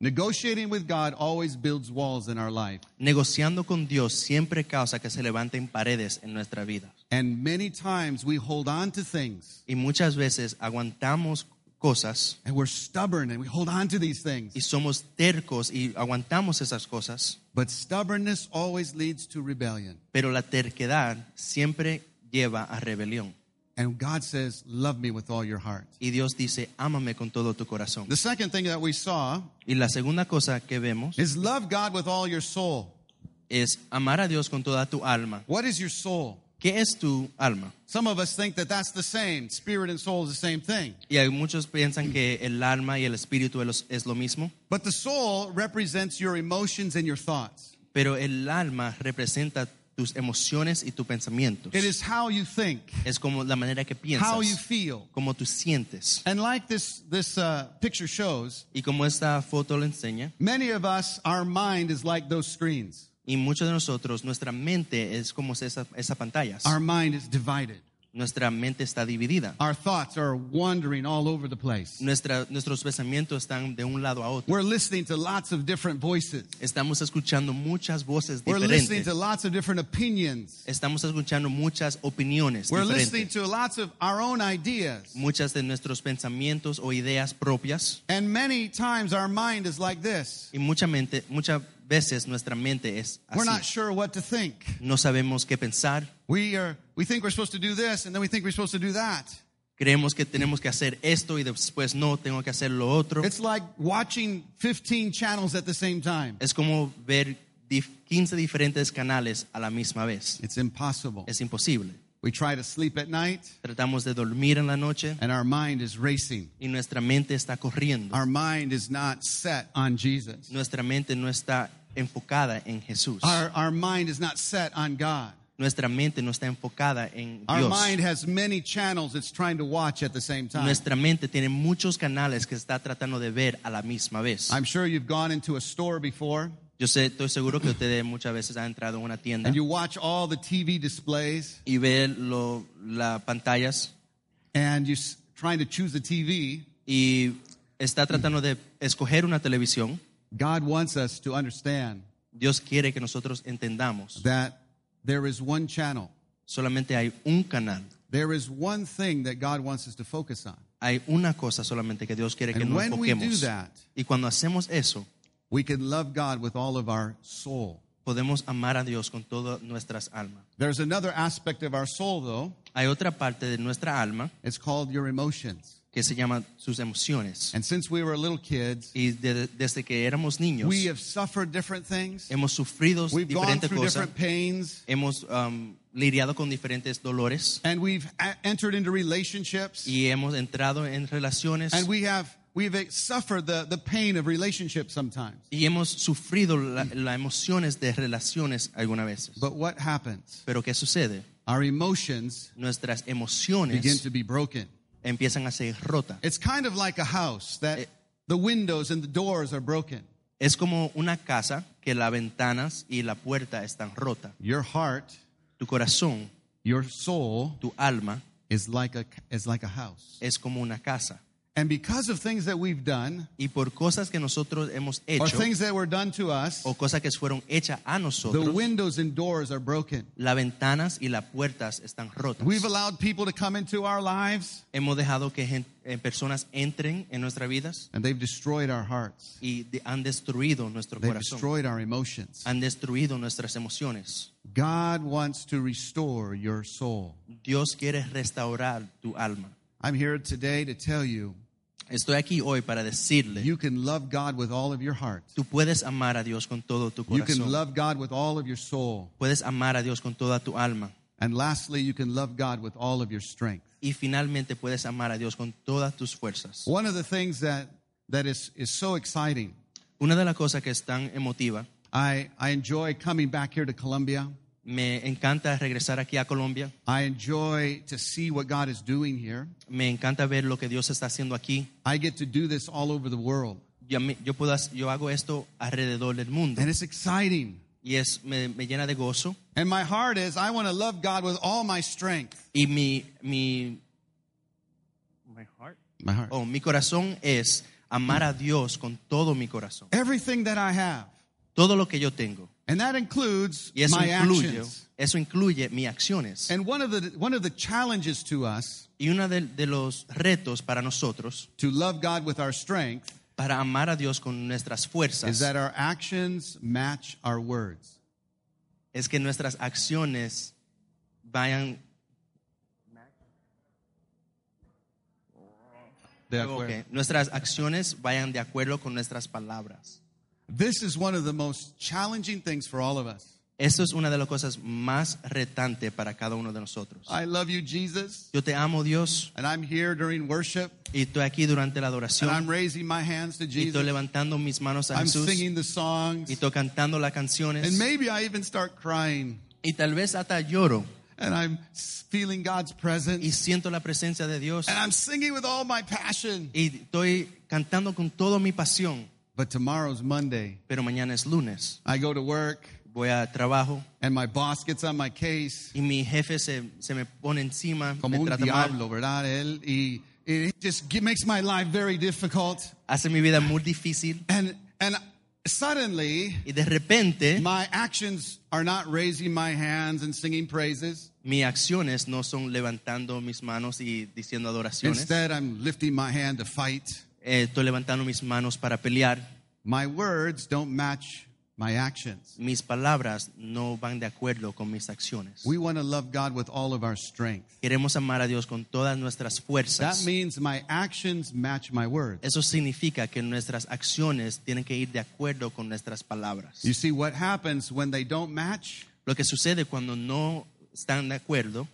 [SPEAKER 1] Negotiating with God always builds walls in our life.
[SPEAKER 2] Negociando con Dios siempre causa que se levanten paredes en nuestra vida.
[SPEAKER 1] And many times we hold on to things
[SPEAKER 2] Y muchas veces aguantamos cosas
[SPEAKER 1] and we're stubborn and we hold on to these
[SPEAKER 2] y
[SPEAKER 1] things.
[SPEAKER 2] somos tercos y aguantamos esas cosas,
[SPEAKER 1] But stubbornness always leads to rebellion.
[SPEAKER 2] pero la terquedad siempre lleva a rebelión.
[SPEAKER 1] And God says, Love me with all your heart.
[SPEAKER 2] Y Dios dice, ámame con todo tu corazón.
[SPEAKER 1] The second thing that we saw
[SPEAKER 2] Y la segunda cosa que vemos
[SPEAKER 1] is love God with all your soul.
[SPEAKER 2] es amar a Dios con toda tu alma.
[SPEAKER 1] What is your soul?
[SPEAKER 2] ¿Qué es tu alma?
[SPEAKER 1] Some of us think that that's the same. Spirit and soul is the same thing.
[SPEAKER 2] Y hay muchos piensan que el alma y el espíritu es los- es lo mismo,
[SPEAKER 1] But the soul represents your emotions and your thoughts.
[SPEAKER 2] pero el alma representa tus emociones y tus pensamientos.
[SPEAKER 1] It is how you think,
[SPEAKER 2] Es como la manera que
[SPEAKER 1] how you
[SPEAKER 2] piensas,
[SPEAKER 1] feel.
[SPEAKER 2] como tú sientes.
[SPEAKER 1] And like this, this uh, picture shows,
[SPEAKER 2] Y como esta foto lo enseña,
[SPEAKER 1] many of us, our mind is like those screens.
[SPEAKER 2] y muchos de nosotros, nuestra mente es como esas esa pantallas.
[SPEAKER 1] Our mind is divided.
[SPEAKER 2] Nuestra mente está dividida.
[SPEAKER 1] Our thoughts are wandering all over the place.
[SPEAKER 2] Nuestra, nuestros pensamientos están de un lado a otro.
[SPEAKER 1] We're listening to lots of different voices.
[SPEAKER 2] Estamos escuchando muchas voces
[SPEAKER 1] We're listening to
[SPEAKER 2] diferentes.
[SPEAKER 1] lots of different opinions.
[SPEAKER 2] Estamos escuchando muchas opiniones
[SPEAKER 1] We're listening
[SPEAKER 2] diferentes.
[SPEAKER 1] to lots of our own ideas.
[SPEAKER 2] Muchas de nuestros pensamientos o ideas propias.
[SPEAKER 1] And many times our mind is like this.
[SPEAKER 2] Y mucha mente, muchas veces nuestra mente es
[SPEAKER 1] We're not
[SPEAKER 2] así.
[SPEAKER 1] sure what to think.
[SPEAKER 2] No sabemos qué pensar.
[SPEAKER 1] We are we think we're supposed to do this and then we think we're supposed to do that.
[SPEAKER 2] Creemos que tenemos que hacer esto y después no, tengo que hacer lo otro.
[SPEAKER 1] It's like watching 15 channels at the same time.
[SPEAKER 2] Es como ver dif- 15 diferentes canales a la misma vez.
[SPEAKER 1] It's impossible.
[SPEAKER 2] Es imposible.
[SPEAKER 1] We try to sleep at night
[SPEAKER 2] Tratamos de dormir en la noche
[SPEAKER 1] and our mind is racing.
[SPEAKER 2] y nuestra mente está corriendo.
[SPEAKER 1] Our mind is not set on Jesus.
[SPEAKER 2] Nuestra mente no está enfocada en Jesús.
[SPEAKER 1] Our our mind is not set on God.
[SPEAKER 2] Nuestra mente no está enfocada en
[SPEAKER 1] Our
[SPEAKER 2] Dios.
[SPEAKER 1] mind has many channels it's trying to watch at the same time.
[SPEAKER 2] Nuestra mente tiene muchos canales que está tratando de ver a la misma vez.
[SPEAKER 1] I'm sure you've gone into a store before
[SPEAKER 2] Yo sé, estoy seguro que ustedes muchas veces han entrado en una tienda
[SPEAKER 1] and you watch all the TV displays
[SPEAKER 2] y ven lo- las pantallas
[SPEAKER 1] and you're trying to choose a TV.
[SPEAKER 2] y está tratando de escoger una televisión.
[SPEAKER 1] God wants us to understand
[SPEAKER 2] Dios quiere que nosotros entendamos.
[SPEAKER 1] that there is one channel.
[SPEAKER 2] Solamente hay un canal.
[SPEAKER 1] There is one thing that God wants us to focus on.
[SPEAKER 2] Hay una cosa solamente que Dios quiere que
[SPEAKER 1] And
[SPEAKER 2] nos
[SPEAKER 1] when we do
[SPEAKER 2] enfoquemos.
[SPEAKER 1] that,
[SPEAKER 2] Y cuando hacemos eso,
[SPEAKER 1] we can love God with all of our soul.
[SPEAKER 2] podemos amar a Dios con todas nuestras almas.
[SPEAKER 1] There's another aspect of our soul, though.
[SPEAKER 2] Hay otra parte de nuestra alma
[SPEAKER 1] It's called your emotions.
[SPEAKER 2] que se llama sus emociones.
[SPEAKER 1] And since we were little kids,
[SPEAKER 2] Y de- desde que éramos niños,
[SPEAKER 1] we have suffered different things.
[SPEAKER 2] hemos sufrido
[SPEAKER 1] We've gone
[SPEAKER 2] diferentes
[SPEAKER 1] through
[SPEAKER 2] cosas,
[SPEAKER 1] different pains.
[SPEAKER 2] hemos um, lidiado con diferentes dolores
[SPEAKER 1] And we've a- entered into relationships.
[SPEAKER 2] y hemos entrado en relaciones
[SPEAKER 1] And we have we've eh, suffered the, the pain of relationships sometimes.
[SPEAKER 2] y hemos sufrido las emociones de relaciones algunas veces.
[SPEAKER 1] But what happens?
[SPEAKER 2] Pero ¿qué sucede?
[SPEAKER 1] Our emotions
[SPEAKER 2] Nuestras
[SPEAKER 1] begin
[SPEAKER 2] emociones
[SPEAKER 1] to be broken.
[SPEAKER 2] empiezan a ser rotas.
[SPEAKER 1] It's kind of like a house that
[SPEAKER 2] Eh.
[SPEAKER 1] the windows and the doors are broken.
[SPEAKER 2] Es como una casa que las ventanas y la puerta están rotas.
[SPEAKER 1] Your heart,
[SPEAKER 2] Tu corazón,
[SPEAKER 1] your soul
[SPEAKER 2] tu alma,
[SPEAKER 1] is like a is like a house.
[SPEAKER 2] es como una casa.
[SPEAKER 1] And because of things that we've done
[SPEAKER 2] Y por cosas que nosotros hemos
[SPEAKER 1] or
[SPEAKER 2] hecho
[SPEAKER 1] things that were done to us,
[SPEAKER 2] o cosas que fueron hechas a
[SPEAKER 1] the
[SPEAKER 2] nosotros,
[SPEAKER 1] windows and doors are broken.
[SPEAKER 2] las ventanas y las puertas están rotas.
[SPEAKER 1] We've allowed people to come into our lives
[SPEAKER 2] Hemos dejado que gen- eh, personas entren en nuestras vidas
[SPEAKER 1] and they've destroyed our hearts.
[SPEAKER 2] y de- han destruido nuestro
[SPEAKER 1] They've
[SPEAKER 2] corazón,
[SPEAKER 1] destroyed our emotions.
[SPEAKER 2] han destruido nuestras emociones.
[SPEAKER 1] God wants to restore your soul.
[SPEAKER 2] Dios quiere restaurar tu alma.
[SPEAKER 1] I'm here today to tell you
[SPEAKER 2] Estoy aquí hoy para decirle,
[SPEAKER 1] you can love God with all of your heart.
[SPEAKER 2] tú puedes amar a Dios con todo tu
[SPEAKER 1] You can
[SPEAKER 2] corazón,
[SPEAKER 1] love God with all of your soul.
[SPEAKER 2] puedes amar a Dios con toda tu alma
[SPEAKER 1] And lastly, you can love God with all of your strength.
[SPEAKER 2] y finalmente puedes amar a Dios con todas tus fuerzas.
[SPEAKER 1] One of the things that, that is, is so exciting,
[SPEAKER 2] Una de las cosas que es tan emotiva,
[SPEAKER 1] I, I enjoy coming back here to Columbia
[SPEAKER 2] Me encanta regresar aquí a Colombia.
[SPEAKER 1] I enjoy to see what God is doing here.
[SPEAKER 2] Me encanta ver lo que Dios está haciendo aquí.
[SPEAKER 1] I get to do this all over the world.
[SPEAKER 2] Yo, me- yo puedo, hac- yo hago esto alrededor del mundo
[SPEAKER 1] And it's exciting.
[SPEAKER 2] y es, me, me llena de gozo.
[SPEAKER 1] And my heart is, I want to love God with all my strength.
[SPEAKER 2] Y mi, mi, my heart?
[SPEAKER 1] My heart.
[SPEAKER 2] Oh, mi corazón es amar a Dios con todo mi corazón,
[SPEAKER 1] Everything that I have.
[SPEAKER 2] todo lo que yo tengo.
[SPEAKER 1] And that includes
[SPEAKER 2] Y eso
[SPEAKER 1] my
[SPEAKER 2] incluye,
[SPEAKER 1] actions.
[SPEAKER 2] eso incluye mis acciones.
[SPEAKER 1] And one of the one of the challenges to us
[SPEAKER 2] Y uno de, de los retos para nosotros,
[SPEAKER 1] to love God with our strength
[SPEAKER 2] para amar a Dios con nuestras fuerzas,
[SPEAKER 1] is that our actions match our words.
[SPEAKER 2] es que nuestras acciones vayan...
[SPEAKER 1] De acuerdo.
[SPEAKER 2] ok, nuestras acciones vayan de acuerdo con nuestras palabras.
[SPEAKER 1] This is one of the most challenging things for all of us.
[SPEAKER 2] Esto es una de las cosas más retantes para cada uno de nosotros.
[SPEAKER 1] I love you, Jesus,
[SPEAKER 2] Yo te amo, Dios,
[SPEAKER 1] and I'm here during worship,
[SPEAKER 2] y estoy aquí durante la
[SPEAKER 1] and I'm
[SPEAKER 2] adoración,
[SPEAKER 1] raising my hands to
[SPEAKER 2] y estoy
[SPEAKER 1] Jesus.
[SPEAKER 2] levantando mis manos a
[SPEAKER 1] I'm
[SPEAKER 2] Jesús, y
[SPEAKER 1] singing the songs,
[SPEAKER 2] estoy cantando las
[SPEAKER 1] and
[SPEAKER 2] canciones,
[SPEAKER 1] maybe I even start crying,
[SPEAKER 2] y tal vez hasta lloro,
[SPEAKER 1] and I'm s- feeling God's
[SPEAKER 2] y
[SPEAKER 1] presence,
[SPEAKER 2] siento la presencia de Dios,
[SPEAKER 1] and I'm singing with all my passion.
[SPEAKER 2] y estoy cantando con toda mi pasión,
[SPEAKER 1] But tomorrow's Monday.
[SPEAKER 2] pero mañana es lunes.
[SPEAKER 1] I go to work,
[SPEAKER 2] Voy a trabajo
[SPEAKER 1] and my boss gets on my case.
[SPEAKER 2] y mi jefe se, se me pone encima,
[SPEAKER 1] como
[SPEAKER 2] me
[SPEAKER 1] un
[SPEAKER 2] trata mal,
[SPEAKER 1] diablo, ¿verdad? Él, y y it just gi- makes my life very difficult.
[SPEAKER 2] hace mi vida muy difícil,
[SPEAKER 1] And, and suddenly,
[SPEAKER 2] y de repente
[SPEAKER 1] my actions are not raising my hands and singing praises.
[SPEAKER 2] mis acciones no son levantando mis manos y diciendo adoraciones.
[SPEAKER 1] Instead, I'm lifting my hand to fight.
[SPEAKER 2] Eh, estoy levantando mis manos para pelear.
[SPEAKER 1] My words don't match my actions.
[SPEAKER 2] Mis palabras no van de acuerdo con mis acciones.
[SPEAKER 1] We want to love God with all of our strength.
[SPEAKER 2] Queremos amar a Dios con todas nuestras
[SPEAKER 1] That
[SPEAKER 2] fuerzas.
[SPEAKER 1] means my actions match my words.
[SPEAKER 2] Eso significa que nuestras acciones tienen que ir de acuerdo con nuestras palabras.
[SPEAKER 1] You see, what happens when they don't match
[SPEAKER 2] Lo que sucede cuando no están de acuerdo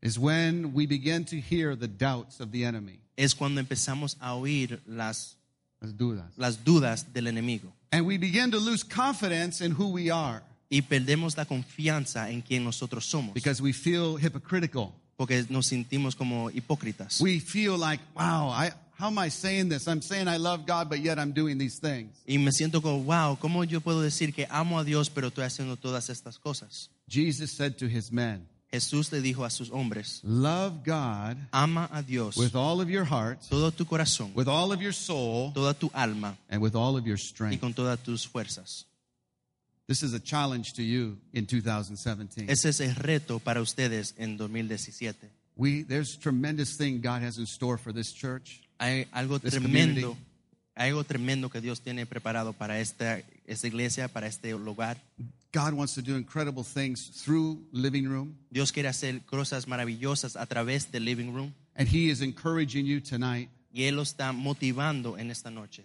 [SPEAKER 1] is when we begin to hear the doubts of the enemy.
[SPEAKER 2] es cuando empezamos a oír las,
[SPEAKER 1] Las dudas.
[SPEAKER 2] las dudas del enemigo
[SPEAKER 1] And we begin to lose confidence in who we are
[SPEAKER 2] y perdemos la confianza en quien nosotros somos
[SPEAKER 1] because we feel hypocritical.
[SPEAKER 2] porque nos sentimos como hipócritas.
[SPEAKER 1] We feel like, wow, I, how am I saying this? I'm saying I love God, but yet I'm doing these things.
[SPEAKER 2] Y me siento como, wow, ¿cómo yo puedo decir que amo a Dios pero estoy haciendo todas estas cosas?
[SPEAKER 1] Jesus said to his men,
[SPEAKER 2] Jesús le dijo a sus hombres,
[SPEAKER 1] Love God
[SPEAKER 2] ama a Dios
[SPEAKER 1] with all of your heart,
[SPEAKER 2] todo tu corazón,
[SPEAKER 1] with all of your soul,
[SPEAKER 2] toda tu alma
[SPEAKER 1] and with all of your
[SPEAKER 2] y
[SPEAKER 1] strength.
[SPEAKER 2] con todas tus fuerzas.
[SPEAKER 1] This is a challenge to you in 2017.
[SPEAKER 2] Ese es el reto para ustedes en 2017.
[SPEAKER 1] We, there's tremendous thing God has in store for this church.
[SPEAKER 2] Hay algo
[SPEAKER 1] This
[SPEAKER 2] tremendo,
[SPEAKER 1] community.
[SPEAKER 2] hay algo tremendo que Dios tiene preparado para esta, esta iglesia, para este lugar.
[SPEAKER 1] God wants to do incredible things through Living Room,
[SPEAKER 2] Dios quiere hacer cosas maravillosas a través del living room
[SPEAKER 1] and He is encouraging you tonight
[SPEAKER 2] y Él lo está motivando en esta noche.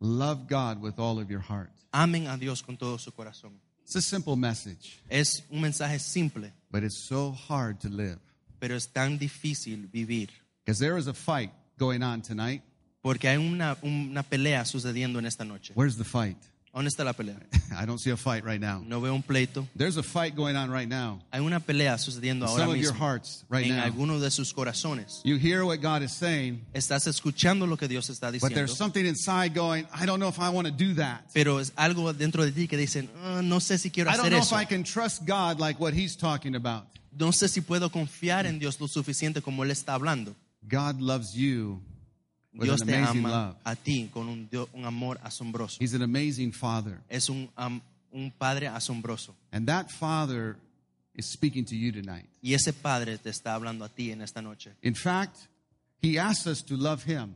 [SPEAKER 1] Love God with all of your heart.
[SPEAKER 2] Amen a Dios con todo su corazón.
[SPEAKER 1] It's a simple message,
[SPEAKER 2] Es un mensaje simple,
[SPEAKER 1] but it's so hard to live
[SPEAKER 2] pero es tan difícil vivir.
[SPEAKER 1] because there is a fight going on tonight.
[SPEAKER 2] Porque hay una, una pelea sucediendo en esta noche.
[SPEAKER 1] Where's the fight?
[SPEAKER 2] ¿Dónde está la pelea?
[SPEAKER 1] I don't see a fight right now.
[SPEAKER 2] No veo un pleito.
[SPEAKER 1] There's a fight going on right now.
[SPEAKER 2] Hay una pelea sucediendo ahora
[SPEAKER 1] Some of your
[SPEAKER 2] mismo
[SPEAKER 1] hearts right
[SPEAKER 2] en
[SPEAKER 1] now.
[SPEAKER 2] alguno de sus corazones.
[SPEAKER 1] You hear what God is saying,
[SPEAKER 2] Estás escuchando lo que Dios está
[SPEAKER 1] but there's
[SPEAKER 2] diciendo,
[SPEAKER 1] something inside going, I don't know if I want to do that.
[SPEAKER 2] pero es algo dentro de ti que dicen, "Ah, no sé si quiero
[SPEAKER 1] I don't
[SPEAKER 2] hacer
[SPEAKER 1] know if
[SPEAKER 2] eso.
[SPEAKER 1] I can trust God like what He's talking about.
[SPEAKER 2] No sé si puedo confiar en Dios lo suficiente como Él está hablando.
[SPEAKER 1] God loves you with
[SPEAKER 2] Dios
[SPEAKER 1] an
[SPEAKER 2] te
[SPEAKER 1] Pues amazing love.
[SPEAKER 2] ama a ti con un, Dios- un amor asombroso.
[SPEAKER 1] He's an amazing Father.
[SPEAKER 2] Es un, am- un Padre asombroso.
[SPEAKER 1] And that Father is speaking to you tonight.
[SPEAKER 2] Y ese Padre te está hablando a ti en esta noche.
[SPEAKER 1] In fact, he asks us to love him.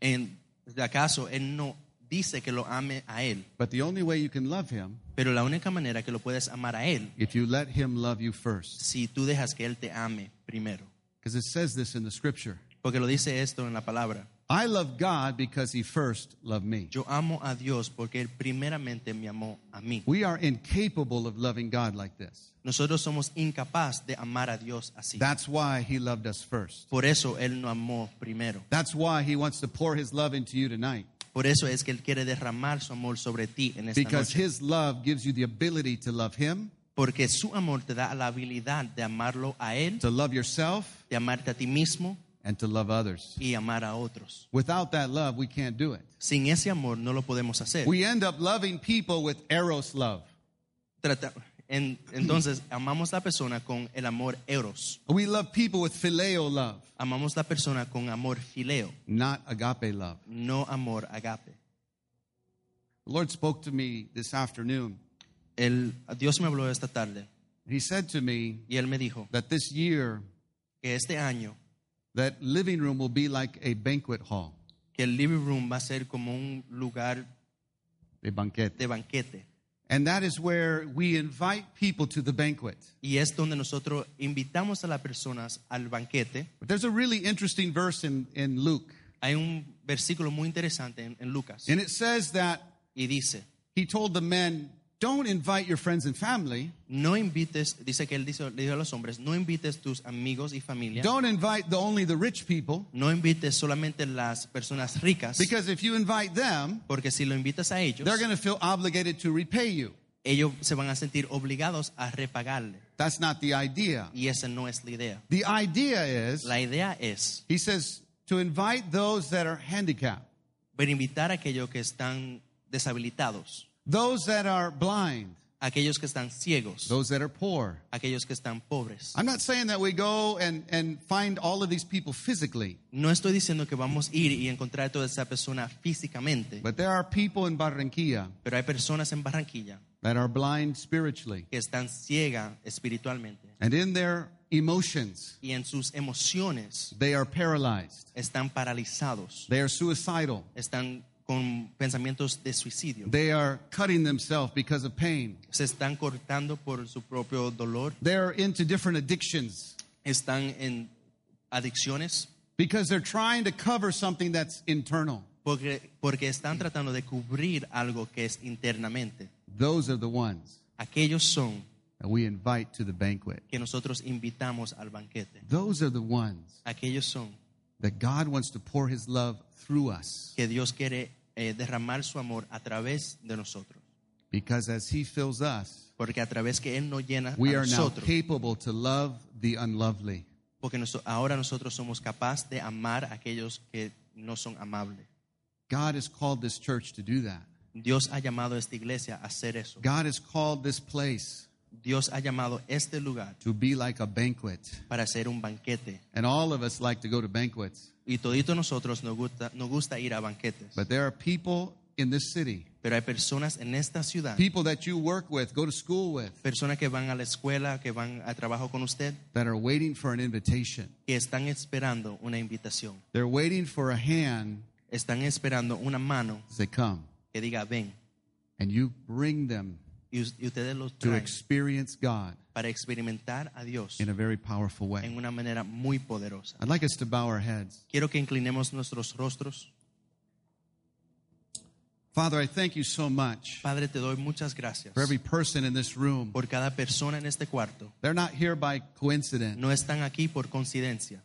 [SPEAKER 2] En, de acaso Él no dice que lo ame a Él,
[SPEAKER 1] But the only way you can love him
[SPEAKER 2] pero la única manera que lo puedes amar a Él,
[SPEAKER 1] if you let him love you first.
[SPEAKER 2] si tú dejas que Él te ame primero.
[SPEAKER 1] Because it says this in the scripture.
[SPEAKER 2] Porque lo dice esto en la palabra.
[SPEAKER 1] I love God because he first loved me.
[SPEAKER 2] Yo amo a Dios porque Él primeramente me amó a mí.
[SPEAKER 1] We are incapable of loving God like this.
[SPEAKER 2] Nosotros somos incapaces de amar a Dios así.
[SPEAKER 1] That's why he loved us first.
[SPEAKER 2] Por eso Él nos amó primero.
[SPEAKER 1] That's why he wants to pour his love into you tonight.
[SPEAKER 2] Por eso es que Él quiere derramar su amor sobre ti en esta
[SPEAKER 1] Because
[SPEAKER 2] noche.
[SPEAKER 1] his love gives you the ability to love him
[SPEAKER 2] porque su amor te da la habilidad de amarlo a Él,
[SPEAKER 1] to love yourself,
[SPEAKER 2] de amarte a ti mismo
[SPEAKER 1] and to love others.
[SPEAKER 2] y amar a otros.
[SPEAKER 1] Without that love, we can't do it.
[SPEAKER 2] Sin ese amor no lo podemos hacer.
[SPEAKER 1] We end up loving people with eros love.
[SPEAKER 2] Trata- en- entonces, amamos la persona con el amor eros.
[SPEAKER 1] We love people with phileo love,
[SPEAKER 2] Amamos la persona con amor fileo,
[SPEAKER 1] not agape love.
[SPEAKER 2] no amor agape.
[SPEAKER 1] The Lord spoke to me this afternoon.
[SPEAKER 2] El, Dios me habló esta tarde
[SPEAKER 1] He said to me
[SPEAKER 2] y Él me dijo
[SPEAKER 1] that this year,
[SPEAKER 2] que este año
[SPEAKER 1] that living room will be like a banquet hall,
[SPEAKER 2] que el living room va a ser como un lugar
[SPEAKER 1] a banquet.
[SPEAKER 2] de banquete.
[SPEAKER 1] And that is where we invite people to the banquet.
[SPEAKER 2] Y es donde nosotros invitamos a las personas al banquete.
[SPEAKER 1] But there's a really interesting verse in, in Luke.
[SPEAKER 2] Hay un versículo muy interesante en, en Lucas
[SPEAKER 1] And it says that
[SPEAKER 2] y dice,
[SPEAKER 1] he told the men, Don't invite your friends and family.
[SPEAKER 2] no invites, dice que él dice, le dijo a los hombres, no invites tus amigos y familia,
[SPEAKER 1] Don't invite the, only the rich people.
[SPEAKER 2] no invites solamente las personas ricas,
[SPEAKER 1] Because if you invite them,
[SPEAKER 2] porque si lo invitas a ellos,
[SPEAKER 1] they're going to feel obligated to repay you.
[SPEAKER 2] ellos se van a sentir obligados a repagarle.
[SPEAKER 1] That's not the idea.
[SPEAKER 2] Y esa no es la idea.
[SPEAKER 1] The idea is,
[SPEAKER 2] La idea es
[SPEAKER 1] he says, to invite those that are handicapped,
[SPEAKER 2] pero invitar a aquellos que están deshabilitados,
[SPEAKER 1] those that are blind,
[SPEAKER 2] aquellos que están ciegos,
[SPEAKER 1] those that are poor.
[SPEAKER 2] aquellos que están pobres.
[SPEAKER 1] I'm not saying that we go and, and find all of these people physically,
[SPEAKER 2] No estoy diciendo que vamos a ir y encontrar a toda esa persona físicamente,
[SPEAKER 1] but there are people in Barranquilla
[SPEAKER 2] pero hay personas en Barranquilla
[SPEAKER 1] that are blind spiritually
[SPEAKER 2] que están ciegas espiritualmente
[SPEAKER 1] and in their emotions,
[SPEAKER 2] y en sus emociones
[SPEAKER 1] they are paralyzed,
[SPEAKER 2] están paralizados,
[SPEAKER 1] they are suicidal,
[SPEAKER 2] están con pensamientos de suicidio,
[SPEAKER 1] they are cutting themselves because of pain,
[SPEAKER 2] se están cortando por su propio dolor,
[SPEAKER 1] they're into different addictions.
[SPEAKER 2] están en adicciones
[SPEAKER 1] because they're trying to cover something that's internal.
[SPEAKER 2] porque, porque están tratando de cubrir algo que es internamente.
[SPEAKER 1] Those are the ones
[SPEAKER 2] Aquellos son
[SPEAKER 1] that we invite to the banquet.
[SPEAKER 2] que nosotros invitamos al banquete.
[SPEAKER 1] Those are the ones
[SPEAKER 2] Aquellos son
[SPEAKER 1] that God wants to pour his love through us
[SPEAKER 2] que Dios quiere eh, derramar su amor a través de nosotros.
[SPEAKER 1] because as he fills us,
[SPEAKER 2] Porque a través que Él nos llena
[SPEAKER 1] we
[SPEAKER 2] a
[SPEAKER 1] are now
[SPEAKER 2] nosotros.
[SPEAKER 1] capable to love the unlovely.
[SPEAKER 2] Porque noso- ahora nosotros somos capaces de amar a aquellos que no son amables.
[SPEAKER 1] God has called this church to do that.
[SPEAKER 2] Dios ha llamado a esta iglesia a hacer eso.
[SPEAKER 1] God has called this place
[SPEAKER 2] Dios ha llamado este lugar
[SPEAKER 1] to be like a banquet.
[SPEAKER 2] para hacer un banquete.
[SPEAKER 1] And all of us like to go to banquets,
[SPEAKER 2] Y todito nosotros nos gusta, nos gusta ir a banquetes.
[SPEAKER 1] but there are people in this city,
[SPEAKER 2] Pero hay personas en esta ciudad,
[SPEAKER 1] people that you work with, go to school with,
[SPEAKER 2] personas que van a la escuela, que van a trabajo con usted,
[SPEAKER 1] that are waiting for an invitation.
[SPEAKER 2] que están esperando una invitación.
[SPEAKER 1] They're waiting for a hand
[SPEAKER 2] Están esperando una mano
[SPEAKER 1] as they come,
[SPEAKER 2] que diga, ven.
[SPEAKER 1] and you bring them
[SPEAKER 2] Y, us- y ustedes los
[SPEAKER 1] to
[SPEAKER 2] traen
[SPEAKER 1] experience God
[SPEAKER 2] para experimentar a Dios
[SPEAKER 1] in a very powerful
[SPEAKER 2] en
[SPEAKER 1] way.
[SPEAKER 2] una manera muy poderosa.
[SPEAKER 1] I'd like us to bow our heads.
[SPEAKER 2] Quiero que inclinemos nuestros rostros.
[SPEAKER 1] Father, I thank you so much
[SPEAKER 2] Padre, te doy muchas gracias
[SPEAKER 1] for every person in this room.
[SPEAKER 2] por cada persona en este cuarto.
[SPEAKER 1] They're not here by coincidence.
[SPEAKER 2] No están aquí por coincidencia.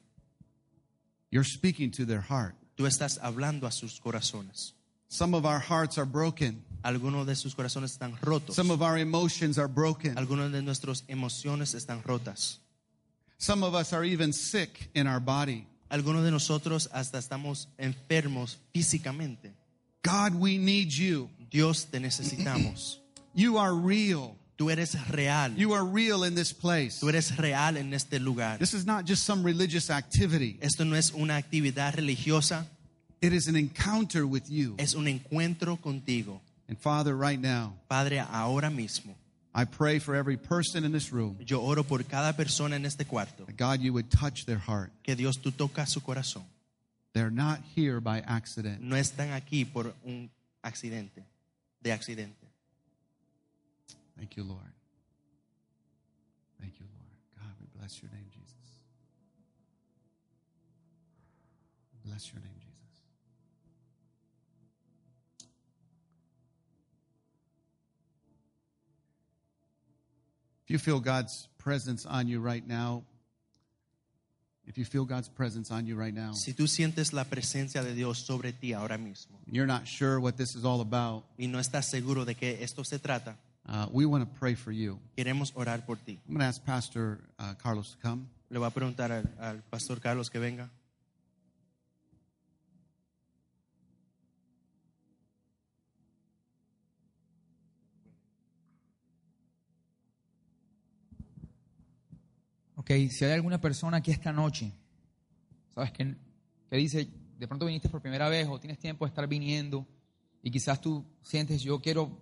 [SPEAKER 1] You're speaking to their heart.
[SPEAKER 2] Tú estás hablando a sus corazones.
[SPEAKER 1] Some of our hearts are broken.
[SPEAKER 2] Algunos de sus corazones están rotos.
[SPEAKER 1] Some of our emotions are broken.
[SPEAKER 2] Algunas de nuestras emociones están rotas.
[SPEAKER 1] Some of us are even sick in our body.
[SPEAKER 2] Algunos de nosotros hasta estamos enfermos físicamente.
[SPEAKER 1] God, we need you.
[SPEAKER 2] Dios, te necesitamos.
[SPEAKER 1] You are real.
[SPEAKER 2] Tú eres real.
[SPEAKER 1] You are real in this place.
[SPEAKER 2] Tú eres real en este lugar.
[SPEAKER 1] This is not just some religious activity.
[SPEAKER 2] Esto no es una actividad religiosa,
[SPEAKER 1] It is an encounter with you.
[SPEAKER 2] es un encuentro contigo.
[SPEAKER 1] And Father, right now,
[SPEAKER 2] Padre, ahora mismo
[SPEAKER 1] I pray for every person in this room
[SPEAKER 2] yo oro por cada persona en este cuarto,
[SPEAKER 1] that God, you would touch their heart.
[SPEAKER 2] que Dios tú toca su corazón.
[SPEAKER 1] They're not here by accident.
[SPEAKER 2] No están aquí por un accidente, de accidente.
[SPEAKER 1] Thank you, Lord. Thank you, Lord. God, we bless your name, Jesus. Bless your name, Jesus. If you feel God's presence on you right now, if you feel God's presence on you right now,
[SPEAKER 2] Si tú sientes la presencia de Dios sobre ti ahora mismo
[SPEAKER 1] you're not sure what this is all about,
[SPEAKER 2] y no estás seguro de qué esto se trata,
[SPEAKER 1] Uh, we want to pray for you.
[SPEAKER 2] Queremos orar por ti.
[SPEAKER 1] I'm going to ask Pastor uh, Carlos to come.
[SPEAKER 2] Le voy a preguntar al, al pastor Carlos que venga.
[SPEAKER 3] Ok, si hay alguna persona aquí esta noche, ¿sabes qué? Que dice, de pronto viniste por primera vez o tienes tiempo de estar viniendo y quizás tú sientes, yo quiero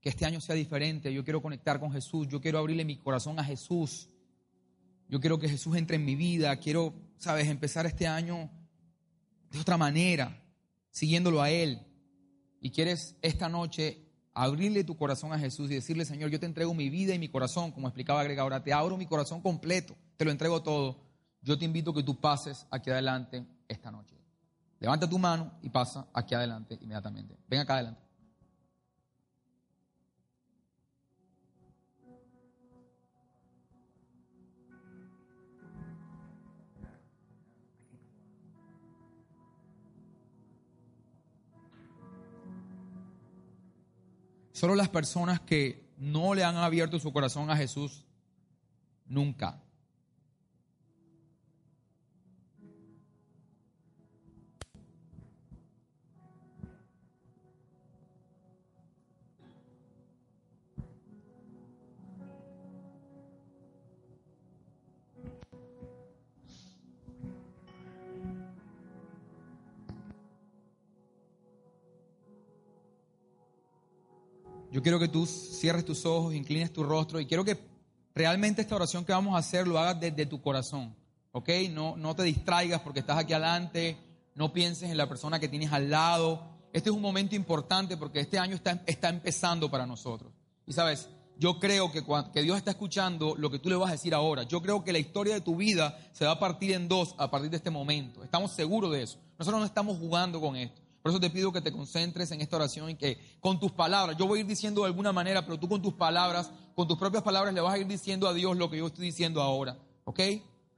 [SPEAKER 3] que este año sea diferente, yo quiero conectar con Jesús, yo quiero abrirle mi corazón a Jesús, yo quiero que Jesús entre en mi vida, quiero, ¿sabes?, empezar este año de otra manera, siguiéndolo a Él. Y quieres esta noche abrirle tu corazón a Jesús y decirle, Señor, yo te entrego mi vida y mi corazón, como explicaba Greg ahora, te abro mi corazón completo, te lo entrego todo. Yo te invito a que tú pases aquí adelante esta noche. Levanta tu mano y pasa aquí adelante inmediatamente. Ven acá adelante. Solo las personas que no le han abierto su corazón a Jesús nunca. Yo quiero que tú cierres tus ojos, inclines tu rostro y quiero que realmente esta oración que vamos a hacer lo hagas desde tu corazón, ¿ok? No, no te distraigas porque estás aquí adelante, no pienses en la persona que tienes al lado. Este es un momento importante porque este año está, está empezando para nosotros. Y sabes, yo creo que, cua- que Dios está escuchando lo que tú le vas a decir ahora. Yo creo que la historia de tu vida se va a partir en dos a partir de este momento. Estamos seguros de eso. Nosotros no estamos jugando con esto. Por eso te pido que te concentres en esta oración y que con tus palabras, yo voy a ir diciendo de alguna manera, pero tú con tus palabras, con tus propias palabras le vas a ir diciendo a Dios lo que yo estoy diciendo ahora. ¿Ok?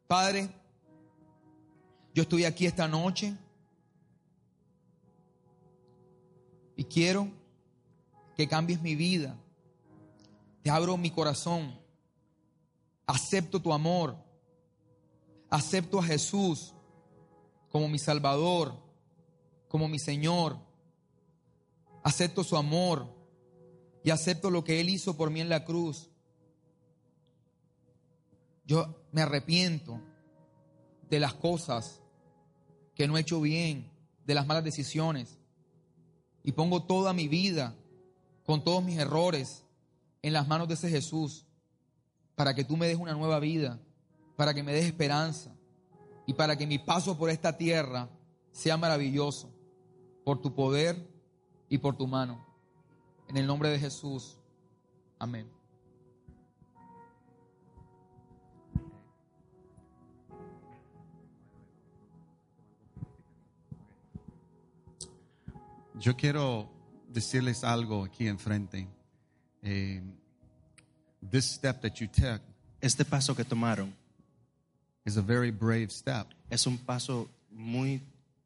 [SPEAKER 3] Padre, yo estoy aquí esta noche y quiero que cambies mi vida. Te abro mi corazón. Acepto tu amor. Acepto a Jesús como mi Salvador, como mi Señor. Acepto su amor y acepto lo que Él hizo por mí en la cruz. Yo me arrepiento de las cosas que no he hecho bien, de las malas decisiones. Y pongo toda mi vida, con todos mis errores, en las manos de ese Jesús, para que tú me des una nueva vida, para que me des esperanza y para que mi paso por esta tierra sea maravilloso, por tu poder y por tu mano. En el nombre de Jesús. Amén.
[SPEAKER 1] Yo quiero decirles algo aquí enfrente. Eh, this step that you took
[SPEAKER 2] Este paso que tomaron
[SPEAKER 1] is a very brave step.
[SPEAKER 2] es un paso muy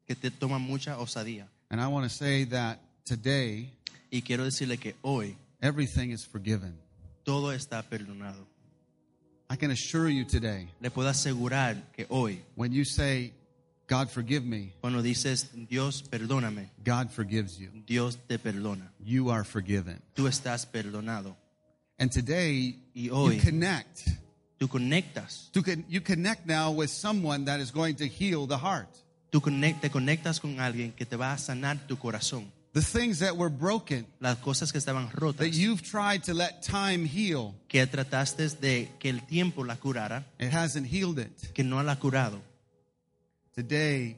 [SPEAKER 2] que te toma mucha osadía.
[SPEAKER 1] And I want to say that today,
[SPEAKER 2] Y quiero decirle que hoy
[SPEAKER 1] everything is forgiven.
[SPEAKER 2] todo está perdonado.
[SPEAKER 1] I can assure you today,
[SPEAKER 2] Le puedo asegurar que hoy,
[SPEAKER 1] when you say, God forgive me,
[SPEAKER 2] cuando dices Dios perdóname,
[SPEAKER 1] God forgives you.
[SPEAKER 2] Dios te perdona.
[SPEAKER 1] You are forgiven.
[SPEAKER 2] Tú estás perdonado.
[SPEAKER 1] And today,
[SPEAKER 2] Y hoy-
[SPEAKER 1] you connect.
[SPEAKER 2] Tú conectas.
[SPEAKER 1] You, can, you connect now with someone that is going to heal the heart.
[SPEAKER 2] Tú conec- te conectas con alguien que te va a sanar tu corazón.
[SPEAKER 1] The things that were broken,
[SPEAKER 2] Las cosas que estaban rotas,
[SPEAKER 1] that you've tried to let time heal,
[SPEAKER 2] que trataste de que el tiempo la curara,
[SPEAKER 1] it hasn't healed it.
[SPEAKER 2] que no la ha curado.
[SPEAKER 1] Today,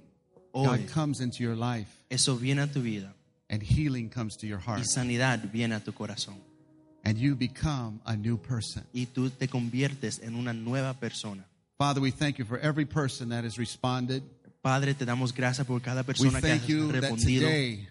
[SPEAKER 2] Hoy,
[SPEAKER 1] God comes into your life
[SPEAKER 2] eso viene a tu vida
[SPEAKER 1] and healing comes to your
[SPEAKER 2] y
[SPEAKER 1] heart.
[SPEAKER 2] sanidad viene a tu corazón.
[SPEAKER 1] And you become a new person.
[SPEAKER 2] Y tú te conviertes en una nueva persona.
[SPEAKER 1] Father, we thank you for every person that has responded.
[SPEAKER 2] Padre, te damos gracias por cada
[SPEAKER 1] We
[SPEAKER 2] persona que ha
[SPEAKER 1] thank you that
[SPEAKER 2] respondido.
[SPEAKER 1] today,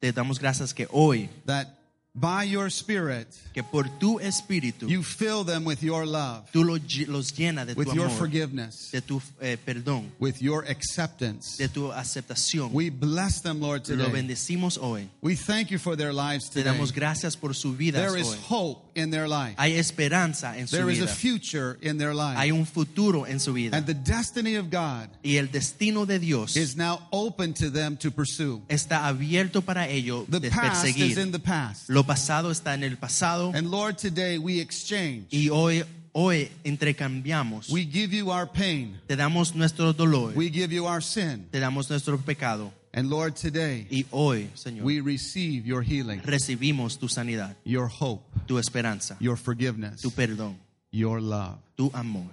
[SPEAKER 2] Te damos gracias que hoy
[SPEAKER 1] that by your Spirit,
[SPEAKER 2] que por tu espíritu
[SPEAKER 1] you fill them with your love,
[SPEAKER 2] tú lo lle- los llenas de tu
[SPEAKER 1] with your
[SPEAKER 2] amor,
[SPEAKER 1] forgiveness,
[SPEAKER 2] de tu eh, perdón,
[SPEAKER 1] with your acceptance.
[SPEAKER 2] de tu aceptación.
[SPEAKER 1] We bless them, Lord,
[SPEAKER 2] Lo
[SPEAKER 1] today.
[SPEAKER 2] bendecimos hoy.
[SPEAKER 1] We thank you for their lives
[SPEAKER 2] Te
[SPEAKER 1] today.
[SPEAKER 2] damos gracias por su vida
[SPEAKER 1] There is
[SPEAKER 2] hoy.
[SPEAKER 1] hope in their life.
[SPEAKER 2] Hay esperanza en su
[SPEAKER 1] There is a
[SPEAKER 2] vida.
[SPEAKER 1] future in their
[SPEAKER 2] Hay
[SPEAKER 1] life.
[SPEAKER 2] un futuro en su vida.
[SPEAKER 1] And the destiny of God
[SPEAKER 2] Y el destino de Dios
[SPEAKER 1] is now open to them to pursue.
[SPEAKER 2] está abierto para ellos
[SPEAKER 1] The
[SPEAKER 2] de
[SPEAKER 1] past is in
[SPEAKER 2] perseguir.
[SPEAKER 1] the past.
[SPEAKER 2] Lo pasado está en el pasado
[SPEAKER 1] And Lord, today we exchange.
[SPEAKER 2] y hoy, hoy intercambiamos.
[SPEAKER 1] We give you our pain.
[SPEAKER 2] Te damos nuestro dolor,
[SPEAKER 1] We give you our sin.
[SPEAKER 2] te damos nuestro pecado
[SPEAKER 1] And Lord, today
[SPEAKER 2] y hoy, Señor,
[SPEAKER 1] we receive your healing,
[SPEAKER 2] recibimos tu sanidad,
[SPEAKER 1] your hope,
[SPEAKER 2] tu esperanza,
[SPEAKER 1] your forgiveness,
[SPEAKER 2] tu perdón,
[SPEAKER 1] your love.
[SPEAKER 2] tu amor.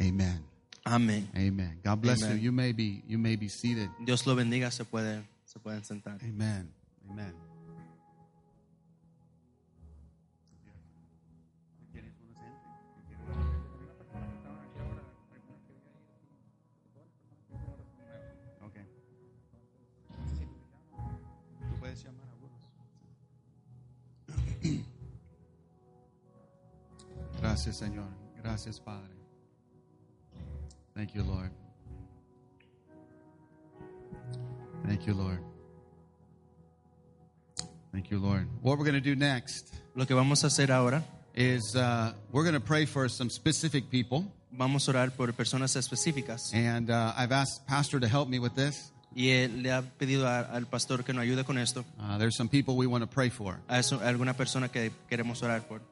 [SPEAKER 1] Amen.
[SPEAKER 2] Amén.
[SPEAKER 1] Amen. God bless
[SPEAKER 2] Amen.
[SPEAKER 1] you. You may be you may be seated.
[SPEAKER 2] Dios lo bendiga, se pueden, se pueden sentar.
[SPEAKER 1] Amen. Amen. Gracias, Señor. Gracias, Padre. Thank you, Lord. Thank you, Lord. Thank you, Lord. What we're going to do next
[SPEAKER 2] Lo que vamos a hacer ahora,
[SPEAKER 1] is uh, we're going to pray for some specific people.
[SPEAKER 2] vamos a orar por personas específicas
[SPEAKER 1] And uh, I've asked Pastor to help me with this.
[SPEAKER 2] y él le ha pedido a- al pastor que nos ayude con esto.
[SPEAKER 1] Uh, there's some people we want to pray for.
[SPEAKER 2] A eso- a alguna persona que queremos orar por.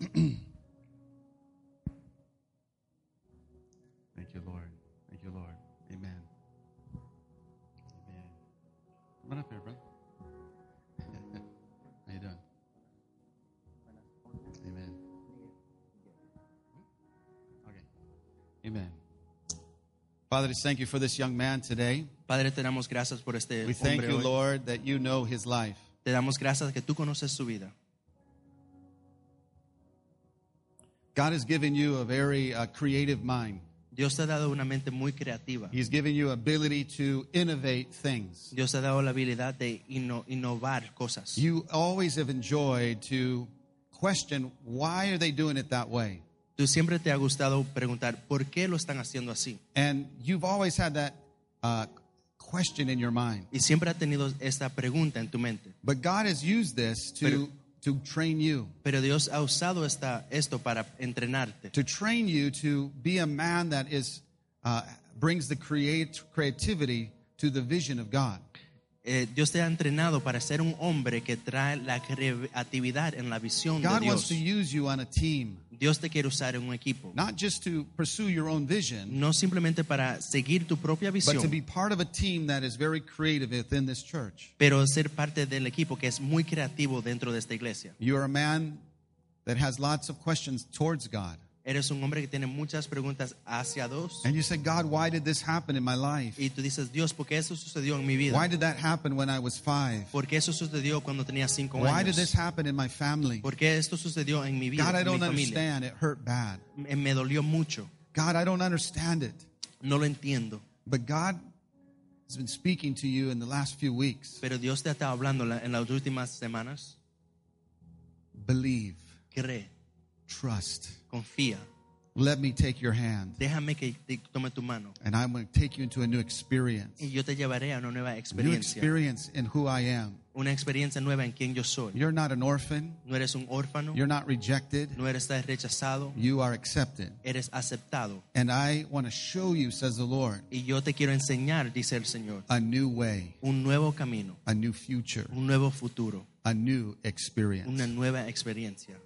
[SPEAKER 1] Okay? Thank you, Lord. Thank you, Lord. Amen. Amen. Come on up here, brother. How you doing? Amen. Okay. Amen. Father, just thank you for this young man today.
[SPEAKER 2] Padre, te damos gracias por este
[SPEAKER 1] We thank
[SPEAKER 2] hombre
[SPEAKER 1] you,
[SPEAKER 2] hoy.
[SPEAKER 1] Lord, that you know his life.
[SPEAKER 2] Te damos gracias que tú conoces su vida.
[SPEAKER 1] God has given you a very uh, creative mind.
[SPEAKER 2] Dios te ha dado una mente muy creativa.
[SPEAKER 1] He's given you ability to innovate things.
[SPEAKER 2] Dios te ha dado la habilidad de inno- innovar cosas.
[SPEAKER 1] You always have enjoyed to question why are they doing it that way?
[SPEAKER 2] Tú siempre te ha gustado preguntar por qué lo están haciendo así.
[SPEAKER 1] And you've always had that uh, question in your mind.
[SPEAKER 2] Y siempre ha tenido esta pregunta en tu mente.
[SPEAKER 1] But God has used this to, to train you,
[SPEAKER 2] Pero Dios ha usado esta, esto para entrenarte,
[SPEAKER 1] to train you to be a man that is uh, brings the create creativity to the vision of God.
[SPEAKER 2] Eh, Dios te ha entrenado para ser un hombre que trae la creatividad en la visión de
[SPEAKER 1] God wants
[SPEAKER 2] Dios.
[SPEAKER 1] to use you on a team,
[SPEAKER 2] Dios te quiere usar en un equipo,
[SPEAKER 1] not just to pursue your own vision,
[SPEAKER 2] no simplemente para seguir tu propia
[SPEAKER 1] but to
[SPEAKER 2] visión,
[SPEAKER 1] be part of a team that is very creative within this church.
[SPEAKER 2] pero ser parte del equipo que es muy creativo dentro de esta iglesia.
[SPEAKER 1] You're a man that has lots of questions towards God.
[SPEAKER 2] Eres un hombre que tiene muchas preguntas hacia Dios
[SPEAKER 1] And you say, God, why did this happen in my life?
[SPEAKER 2] y tú dices, Dios, ¿por qué eso sucedió en mi vida?
[SPEAKER 1] Why did that happen when I was five?
[SPEAKER 2] ¿Por qué eso sucedió cuando tenía cinco
[SPEAKER 1] Why did this
[SPEAKER 2] años?
[SPEAKER 1] happen in my family?
[SPEAKER 2] ¿Por qué esto sucedió en mi vida,
[SPEAKER 1] God, I
[SPEAKER 2] en mi
[SPEAKER 1] don't
[SPEAKER 2] familia?
[SPEAKER 1] understand. It hurt bad.
[SPEAKER 2] Me, me dolió mucho,
[SPEAKER 1] God, I don't understand it.
[SPEAKER 2] no lo entiendo,
[SPEAKER 1] But God has been speaking to you in the last few weeks.
[SPEAKER 2] pero Dios te ha estado hablando en la- en las últimas semanas.
[SPEAKER 1] Believe,
[SPEAKER 2] Cree,
[SPEAKER 1] trust.
[SPEAKER 2] confía,
[SPEAKER 1] Let me take your hand,
[SPEAKER 2] déjame que te tome tu mano
[SPEAKER 1] and I'm going to take you into a new experience.
[SPEAKER 2] y yo te llevaré a una nueva
[SPEAKER 1] New
[SPEAKER 2] experiencia,
[SPEAKER 1] experience in who I am.
[SPEAKER 2] una experiencia nueva en quien yo soy.
[SPEAKER 1] You're not an orphan.
[SPEAKER 2] No eres un órfano,
[SPEAKER 1] You're not rejected.
[SPEAKER 2] no eres rechazado,
[SPEAKER 1] You are accepted.
[SPEAKER 2] eres aceptado.
[SPEAKER 1] And I want to show you, says the Lord,
[SPEAKER 2] Y yo te quiero enseñar, dice el Señor,
[SPEAKER 1] a new way,
[SPEAKER 2] un nuevo camino,
[SPEAKER 1] a new future,
[SPEAKER 2] un nuevo futuro,
[SPEAKER 1] a new
[SPEAKER 2] una
[SPEAKER 1] experience.
[SPEAKER 2] nueva experiencia.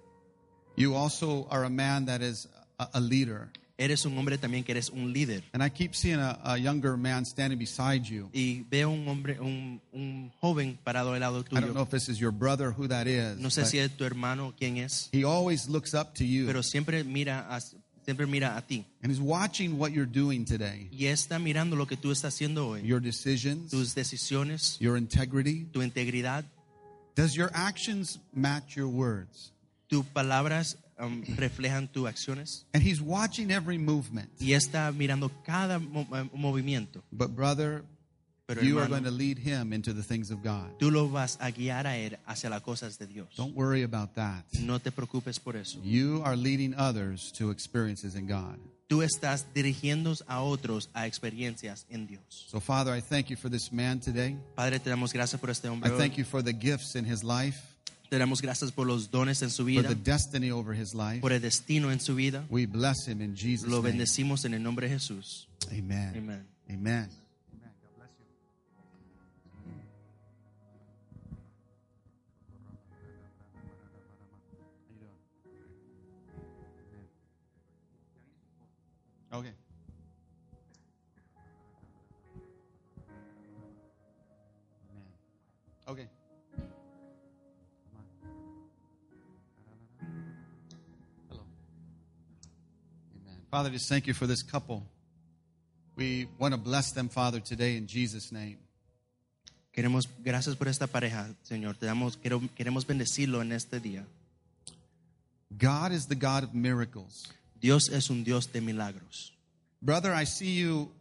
[SPEAKER 1] You also are a man that is a, a leader.
[SPEAKER 2] Eres un hombre también que eres un líder.
[SPEAKER 1] And I keep seeing a, a younger man standing beside you.
[SPEAKER 2] Y veo un hombre, un, un joven parado al lado
[SPEAKER 1] I don't know
[SPEAKER 2] tuyo.
[SPEAKER 1] if this is your brother, who that is.
[SPEAKER 2] No sé
[SPEAKER 1] but
[SPEAKER 2] si es tu hermano o quién es,
[SPEAKER 1] he always looks up to you
[SPEAKER 2] pero siempre mira, a, siempre mira a ti.
[SPEAKER 1] and is watching what you're doing today
[SPEAKER 2] Y está mirando lo que tú estás haciendo hoy.
[SPEAKER 1] your decisions,
[SPEAKER 2] Tus decisiones,
[SPEAKER 1] your integrity.
[SPEAKER 2] tu integridad,
[SPEAKER 1] Does your actions match your words?
[SPEAKER 2] tus palabras um, reflejan tus acciones.
[SPEAKER 1] And he's watching every movement.
[SPEAKER 2] Y está mirando cada mo- eh, movimiento.
[SPEAKER 1] But, brother,
[SPEAKER 2] Pero
[SPEAKER 1] you are going
[SPEAKER 2] hermano,
[SPEAKER 1] to lead him into the things of God.
[SPEAKER 2] tú lo vas a guiar a él hacia las cosas de Dios.
[SPEAKER 1] Don't worry about that.
[SPEAKER 2] No te preocupes por eso.
[SPEAKER 1] You are leading others to experiences in God.
[SPEAKER 2] Tú estás dirigiendo a otros a experiencias en Dios.
[SPEAKER 1] So, Father, I thank you for this man today.
[SPEAKER 2] Padre, te damos gracias por este
[SPEAKER 1] I
[SPEAKER 2] hombre.
[SPEAKER 1] thank
[SPEAKER 2] Hoy.
[SPEAKER 1] you for the gifts in his life,
[SPEAKER 2] Te damos gracias por los dones en su
[SPEAKER 1] for
[SPEAKER 2] vida,
[SPEAKER 1] the destiny over his life.
[SPEAKER 2] por el destino en su vida.
[SPEAKER 1] We bless him in Jesus'
[SPEAKER 2] Lo
[SPEAKER 1] name.
[SPEAKER 2] bendecimos en el nombre de Jesús.
[SPEAKER 1] Amen.
[SPEAKER 2] Amen.
[SPEAKER 1] Amen. Okay. Amen. Okay. Hello. Amen. Father, just thank you for this couple. We want to bless them, Father, today in Jesus' name.
[SPEAKER 2] Queremos, gracias por esta pareja, Señor. Te damos, quiero- queremos bendecirlo en este día.
[SPEAKER 1] God is the God of miracles.
[SPEAKER 2] Dios es un Dios de milagros.
[SPEAKER 1] Brother, I see you.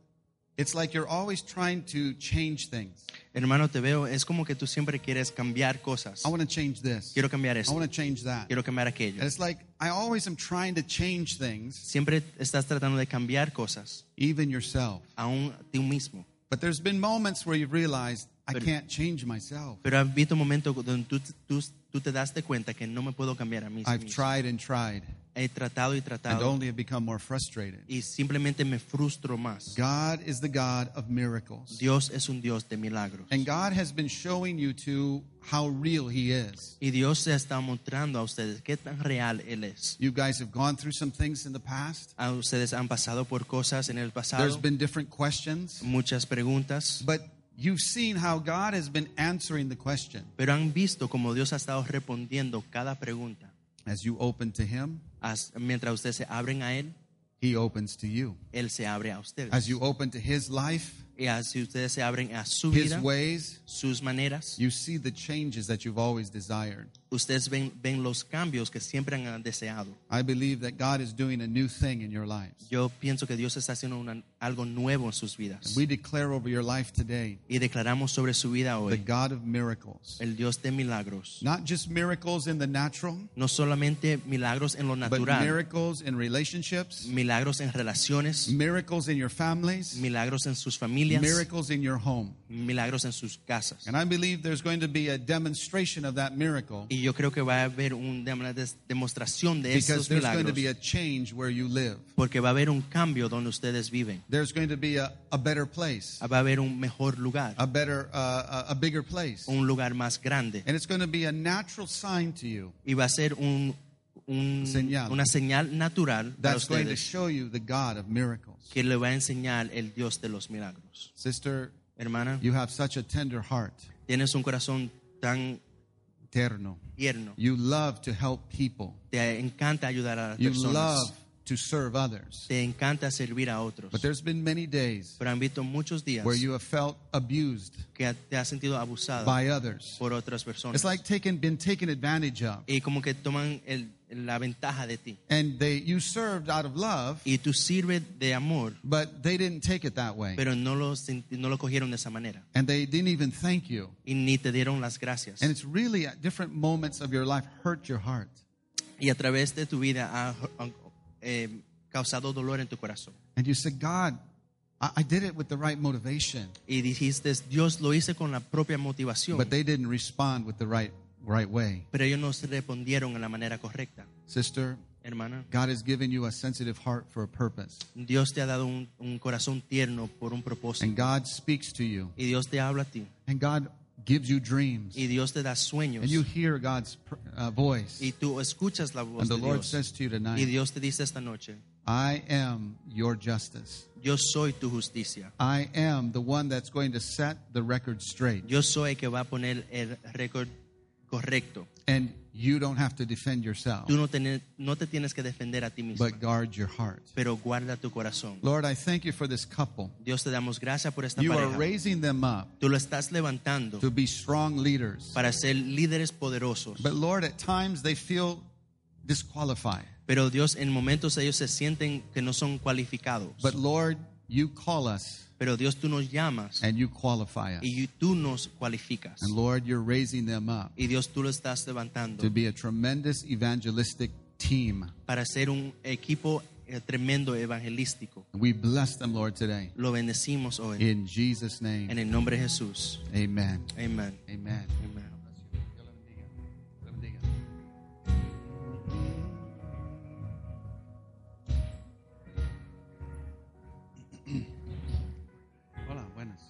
[SPEAKER 1] It's like you're always trying to change things.
[SPEAKER 2] Hermano, te veo, es como que tú siempre quieres cambiar cosas.
[SPEAKER 1] I want to change this.
[SPEAKER 2] Quiero cambiar
[SPEAKER 1] I
[SPEAKER 2] esto,
[SPEAKER 1] want to change that.
[SPEAKER 2] quiero cambiar aquello.
[SPEAKER 1] And it's like I always am trying to change things,
[SPEAKER 2] Siempre estás tratando de cambiar cosas,
[SPEAKER 1] even yourself.
[SPEAKER 2] aún tú mismo.
[SPEAKER 1] But there's been moments where you've realized I can't change myself.
[SPEAKER 2] Pero ha habido momentos donde tú, tú, tú te das de cuenta que no me puedo cambiar a mí
[SPEAKER 1] I've
[SPEAKER 2] mismo.
[SPEAKER 1] tried and tried
[SPEAKER 2] He tratado y
[SPEAKER 1] and
[SPEAKER 2] tratado
[SPEAKER 1] only have become more frustrated.
[SPEAKER 2] y simplemente me frustro más.
[SPEAKER 1] God is the God of miracles.
[SPEAKER 2] Dios es un Dios de milagros.
[SPEAKER 1] And God has been showing you to how real He is.
[SPEAKER 2] Y Dios se está mostrando a ustedes qué tan real Él es.
[SPEAKER 1] You guys have gone through some things in the past.
[SPEAKER 2] A ustedes han pasado por cosas en el
[SPEAKER 1] There's
[SPEAKER 2] pasado,
[SPEAKER 1] been different questions,
[SPEAKER 2] muchas preguntas,
[SPEAKER 1] but you've seen how God has been answering the question
[SPEAKER 2] pero han visto como Dios ha estado respondiendo cada pregunta.
[SPEAKER 1] as you open to Him.
[SPEAKER 2] As- mientras ustedes se abren a Él,
[SPEAKER 1] He opens to you.
[SPEAKER 2] Él se abre a ustedes.
[SPEAKER 1] As you open to His life,
[SPEAKER 2] y así ustedes se abren a su
[SPEAKER 1] His
[SPEAKER 2] vida,
[SPEAKER 1] ways,
[SPEAKER 2] sus maneras,
[SPEAKER 1] you see the changes that you've always desired.
[SPEAKER 2] ustedes ven, ven los cambios que siempre han deseado.
[SPEAKER 1] I believe that God is doing a new thing in your lives.
[SPEAKER 2] Yo pienso que Dios está haciendo una- algo nuevo en sus vidas.
[SPEAKER 1] And we declare over your life today
[SPEAKER 2] y declaramos sobre su vida
[SPEAKER 1] the
[SPEAKER 2] hoy,
[SPEAKER 1] God of miracles.
[SPEAKER 2] el Dios de milagros.
[SPEAKER 1] Not just miracles in the natural,
[SPEAKER 2] No solamente milagros en lo
[SPEAKER 1] but
[SPEAKER 2] natural,
[SPEAKER 1] miracles in relationships,
[SPEAKER 2] milagros en relaciones,
[SPEAKER 1] miracles in your families,
[SPEAKER 2] milagros en sus familias,
[SPEAKER 1] miracles in your home.
[SPEAKER 2] milagros en sus casas.
[SPEAKER 1] And I believe there's going to be a demonstration of that miracle
[SPEAKER 2] Y yo creo que va a haber una des- demostración de
[SPEAKER 1] because
[SPEAKER 2] esos
[SPEAKER 1] there's going to
[SPEAKER 2] milagros,
[SPEAKER 1] be a change where you live.
[SPEAKER 2] porque va a haber un cambio donde ustedes viven,
[SPEAKER 1] There's going to be a, a better place,
[SPEAKER 2] va a haber un mejor lugar,
[SPEAKER 1] a better, uh, a a bigger place.
[SPEAKER 2] un lugar más grande,
[SPEAKER 1] And it's going to be a natural sign to you
[SPEAKER 2] y va a ser un, un-
[SPEAKER 1] Señal.
[SPEAKER 2] una señal natural para
[SPEAKER 1] that's going to
[SPEAKER 2] ustedes
[SPEAKER 1] show you the God of miracles.
[SPEAKER 2] que le va a enseñar el Dios de los milagros.
[SPEAKER 1] Sister,
[SPEAKER 2] Hermana,
[SPEAKER 1] you have such a tender heart,
[SPEAKER 2] tienes un corazón tan
[SPEAKER 1] terno.
[SPEAKER 2] tierno.
[SPEAKER 1] You love to help people.
[SPEAKER 2] Te encanta ayudar a las
[SPEAKER 1] You
[SPEAKER 2] personas.
[SPEAKER 1] love to serve others.
[SPEAKER 2] Te encanta servir a otros.
[SPEAKER 1] But there's been many days
[SPEAKER 2] Pero han visto muchos días
[SPEAKER 1] where you have felt abused
[SPEAKER 2] que te has sentido abusado
[SPEAKER 1] by others.
[SPEAKER 2] por otras personas.
[SPEAKER 1] It's like taken, been taken advantage of.
[SPEAKER 2] y como que toman el- la ventaja de ti.
[SPEAKER 1] And they, you served out of love,
[SPEAKER 2] Y tú sirves de amor,
[SPEAKER 1] but they didn't take it that way.
[SPEAKER 2] pero no lo, senti- no lo cogieron de esa manera.
[SPEAKER 1] And they didn't even thank you.
[SPEAKER 2] Y ni te dieron las gracias.
[SPEAKER 1] And it's really at different moments of your life hurt your heart.
[SPEAKER 2] Y a través de tu vida ha ha, eh, causado dolor en tu corazón.
[SPEAKER 1] And you said, God, I, I did it with the right motivation,
[SPEAKER 2] Y dijiste, Dios lo hice con la propia motivación.
[SPEAKER 1] but they didn't respond with the right, right way.
[SPEAKER 2] pero ellos no se respondieron en la manera correcta.
[SPEAKER 1] Sister,
[SPEAKER 2] Hermana,
[SPEAKER 1] God has given you a sensitive heart for a purpose.
[SPEAKER 2] Dios te ha dado un, un corazón tierno por un propósito.
[SPEAKER 1] And God speaks to you.
[SPEAKER 2] Y Dios te habla a ti.
[SPEAKER 1] And God gives you dreams.
[SPEAKER 2] Y Dios te da sueños.
[SPEAKER 1] And you hear God's pr- uh, voice.
[SPEAKER 2] Y tú escuchas la voz
[SPEAKER 1] And the
[SPEAKER 2] de
[SPEAKER 1] Lord
[SPEAKER 2] Dios.
[SPEAKER 1] says to you
[SPEAKER 2] Y
[SPEAKER 1] tonight,
[SPEAKER 2] Dios te dice esta noche,
[SPEAKER 1] I am your justice.
[SPEAKER 2] yo soy tu justicia.
[SPEAKER 1] I am the one that's going to set the record straight.
[SPEAKER 2] Yo soy el que va a poner el récord correcto.
[SPEAKER 1] And you don't have to defend yourself,
[SPEAKER 2] Tú no, tener- no te tienes que defender a ti mismo,
[SPEAKER 1] but guard your heart.
[SPEAKER 2] pero guarda tu corazón.
[SPEAKER 1] Lord, I thank you for this couple.
[SPEAKER 2] Dios te damos gracias por esta
[SPEAKER 1] You are
[SPEAKER 2] pareja.
[SPEAKER 1] raising them up
[SPEAKER 2] Tú lo estás levantando
[SPEAKER 1] to be strong leaders.
[SPEAKER 2] para ser líderes poderosos.
[SPEAKER 1] But Lord, at times they feel disqualified.
[SPEAKER 2] Pero Dios, en momentos ellos se sienten que no son cualificados.
[SPEAKER 1] But Lord, You call us
[SPEAKER 2] pero Dios tú nos llamas
[SPEAKER 1] and you qualify us.
[SPEAKER 2] y tú nos cualificas.
[SPEAKER 1] And Lord, you're raising them up
[SPEAKER 2] Y Dios tú lo estás
[SPEAKER 1] to
[SPEAKER 2] levantando
[SPEAKER 1] be a tremendous evangelistic team.
[SPEAKER 2] para ser un equipo eh, tremendo evangelístico.
[SPEAKER 1] And we bless them, Lord, today.
[SPEAKER 2] Lo bendecimos hoy
[SPEAKER 1] In Jesus'
[SPEAKER 2] en
[SPEAKER 1] name.
[SPEAKER 2] el nombre de Jesús.
[SPEAKER 1] Amen.
[SPEAKER 2] Amén.
[SPEAKER 1] Amen.
[SPEAKER 2] Amén.
[SPEAKER 1] Hola, buenas.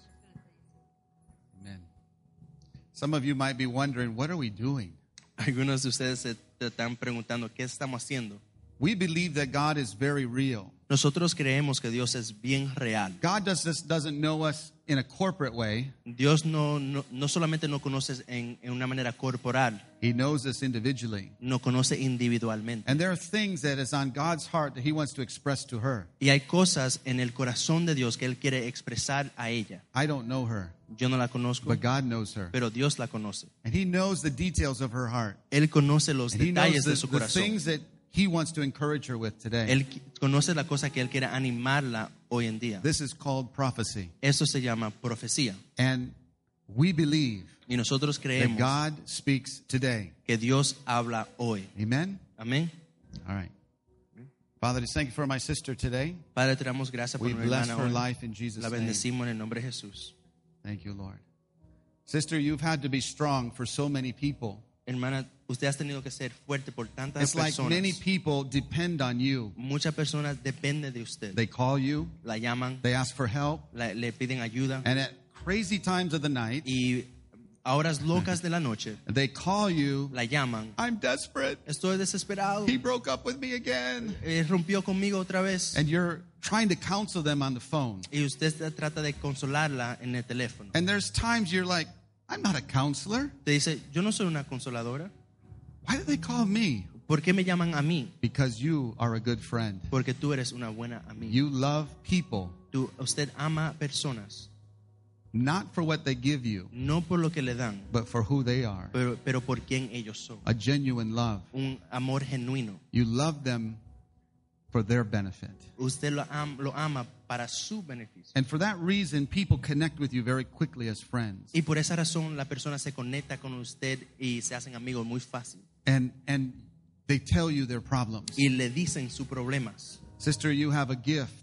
[SPEAKER 1] Amen. Some of you might be wondering, what are we doing?
[SPEAKER 2] Algunos de ustedes se te están preguntando qué estamos haciendo.
[SPEAKER 1] We believe that God is very real.
[SPEAKER 2] Nosotros creemos que Dios es bien real.
[SPEAKER 1] God does this, doesn't know us in a corporate way.
[SPEAKER 2] Dios no, no, no solamente nos conoce en, en una manera corporal,
[SPEAKER 1] He knows us individually.
[SPEAKER 2] nos conoce individualmente.
[SPEAKER 1] And there are things that is on God's heart that he wants to express to her.
[SPEAKER 2] Y hay cosas en el corazón de Dios que Él quiere expresar a ella.
[SPEAKER 1] I don't know her,
[SPEAKER 2] Yo no la conozco,
[SPEAKER 1] but God knows her.
[SPEAKER 2] pero Dios la conoce.
[SPEAKER 1] And he knows the details of her heart.
[SPEAKER 2] Él conoce los
[SPEAKER 1] And he knows
[SPEAKER 2] detalles
[SPEAKER 1] the,
[SPEAKER 2] de su
[SPEAKER 1] the
[SPEAKER 2] corazón.
[SPEAKER 1] things that he wants to encourage her with today.
[SPEAKER 2] Él qui- conoce la cosa que Él quiere animarla hoy en día.
[SPEAKER 1] This is called prophecy.
[SPEAKER 2] Eso se llama profecía.
[SPEAKER 1] And we believe
[SPEAKER 2] Y nosotros
[SPEAKER 1] that
[SPEAKER 2] creemos
[SPEAKER 1] God speaks today.
[SPEAKER 2] que Dios habla hoy.
[SPEAKER 1] Amen?
[SPEAKER 2] Amén.
[SPEAKER 1] All right. Father, just thank you for my sister today.
[SPEAKER 2] Padre, te damos gracias por
[SPEAKER 1] We
[SPEAKER 2] nuestra
[SPEAKER 1] bless
[SPEAKER 2] hermana
[SPEAKER 1] her
[SPEAKER 2] hoy.
[SPEAKER 1] life in Jesus'
[SPEAKER 2] La
[SPEAKER 1] name.
[SPEAKER 2] bendecimos en el nombre de Jesús.
[SPEAKER 1] Thank you, Lord. Sister, you've had to be strong for so many people.
[SPEAKER 2] Hermana, usted has tenido que ser fuerte por tantas
[SPEAKER 1] It's like
[SPEAKER 2] personas.
[SPEAKER 1] many people depend on you.
[SPEAKER 2] Muchas personas dependen de usted.
[SPEAKER 1] They call you,
[SPEAKER 2] la llaman,
[SPEAKER 1] they ask for help,
[SPEAKER 2] la- le piden ayuda
[SPEAKER 1] and at crazy times of the night,
[SPEAKER 2] y a horas locas de la noche
[SPEAKER 1] they call you,
[SPEAKER 2] la llaman.
[SPEAKER 1] I'm desperate.
[SPEAKER 2] Estoy desesperado.
[SPEAKER 1] He broke up with me again.
[SPEAKER 2] Eh, rompió conmigo otra vez.
[SPEAKER 1] And you're trying to counsel them on the phone.
[SPEAKER 2] Y usted tra- trata de consolarla en el teléfono.
[SPEAKER 1] And there's times you're like, I'm not a counselor.
[SPEAKER 2] Te dice, yo no soy una consoladora.
[SPEAKER 1] Why do they call me?
[SPEAKER 2] ¿Por qué me llaman a mí?
[SPEAKER 1] Because you are a good friend.
[SPEAKER 2] Porque tú eres una buena amiga.
[SPEAKER 1] You love people,
[SPEAKER 2] Tú, usted ama personas,
[SPEAKER 1] not for what they give you,
[SPEAKER 2] no por lo que le dan,
[SPEAKER 1] but for who they are.
[SPEAKER 2] pero, pero por quién ellos son.
[SPEAKER 1] A genuine love.
[SPEAKER 2] Un amor genuino.
[SPEAKER 1] You love them for their benefit.
[SPEAKER 2] Usted lo ama, lo ama para su beneficio.
[SPEAKER 1] And for that reason, people connect with you very quickly as friends.
[SPEAKER 2] Y por esa razón la persona se conecta con usted y se hacen amigos muy fácil.
[SPEAKER 1] And, and they tell you their problems.
[SPEAKER 2] Y le dicen sus problemas.
[SPEAKER 1] Sister, you have a gift.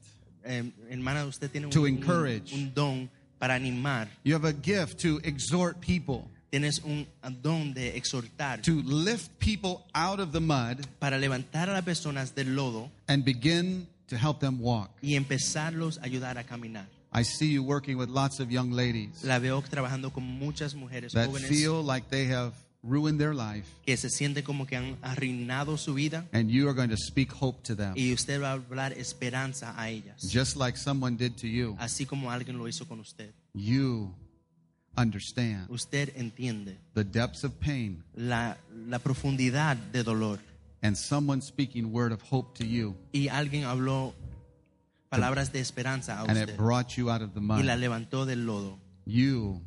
[SPEAKER 2] Eh, hermana, usted tiene un,
[SPEAKER 1] To
[SPEAKER 2] un-
[SPEAKER 1] encourage.
[SPEAKER 2] un don para animar.
[SPEAKER 1] You have a gift to exhort people,
[SPEAKER 2] Tienes un don de exhortar.
[SPEAKER 1] to lift people out of the mud
[SPEAKER 2] para levantar a las personas del lodo
[SPEAKER 1] and begin to help them walk.
[SPEAKER 2] y empezarlos a ayudar a caminar.
[SPEAKER 1] I see you working with lots of young ladies
[SPEAKER 2] La veo trabajando con muchas mujeres
[SPEAKER 1] that
[SPEAKER 2] jóvenes
[SPEAKER 1] feel like they have ruined their life,
[SPEAKER 2] que se sienten como que han arruinado su vida
[SPEAKER 1] and you are going to speak hope to them,
[SPEAKER 2] y usted va a hablar esperanza a ellas,
[SPEAKER 1] just like someone did to you.
[SPEAKER 2] así como alguien lo hizo con usted.
[SPEAKER 1] You understand
[SPEAKER 2] Usted entiende
[SPEAKER 1] the depths of pain,
[SPEAKER 2] la, la profundidad de dolor
[SPEAKER 1] and someone speaking word of hope to you,
[SPEAKER 2] y alguien habló palabras de esperanza a
[SPEAKER 1] and it
[SPEAKER 2] usted
[SPEAKER 1] brought you out of the
[SPEAKER 2] y la
[SPEAKER 1] mud.
[SPEAKER 2] levantó del lodo.
[SPEAKER 1] You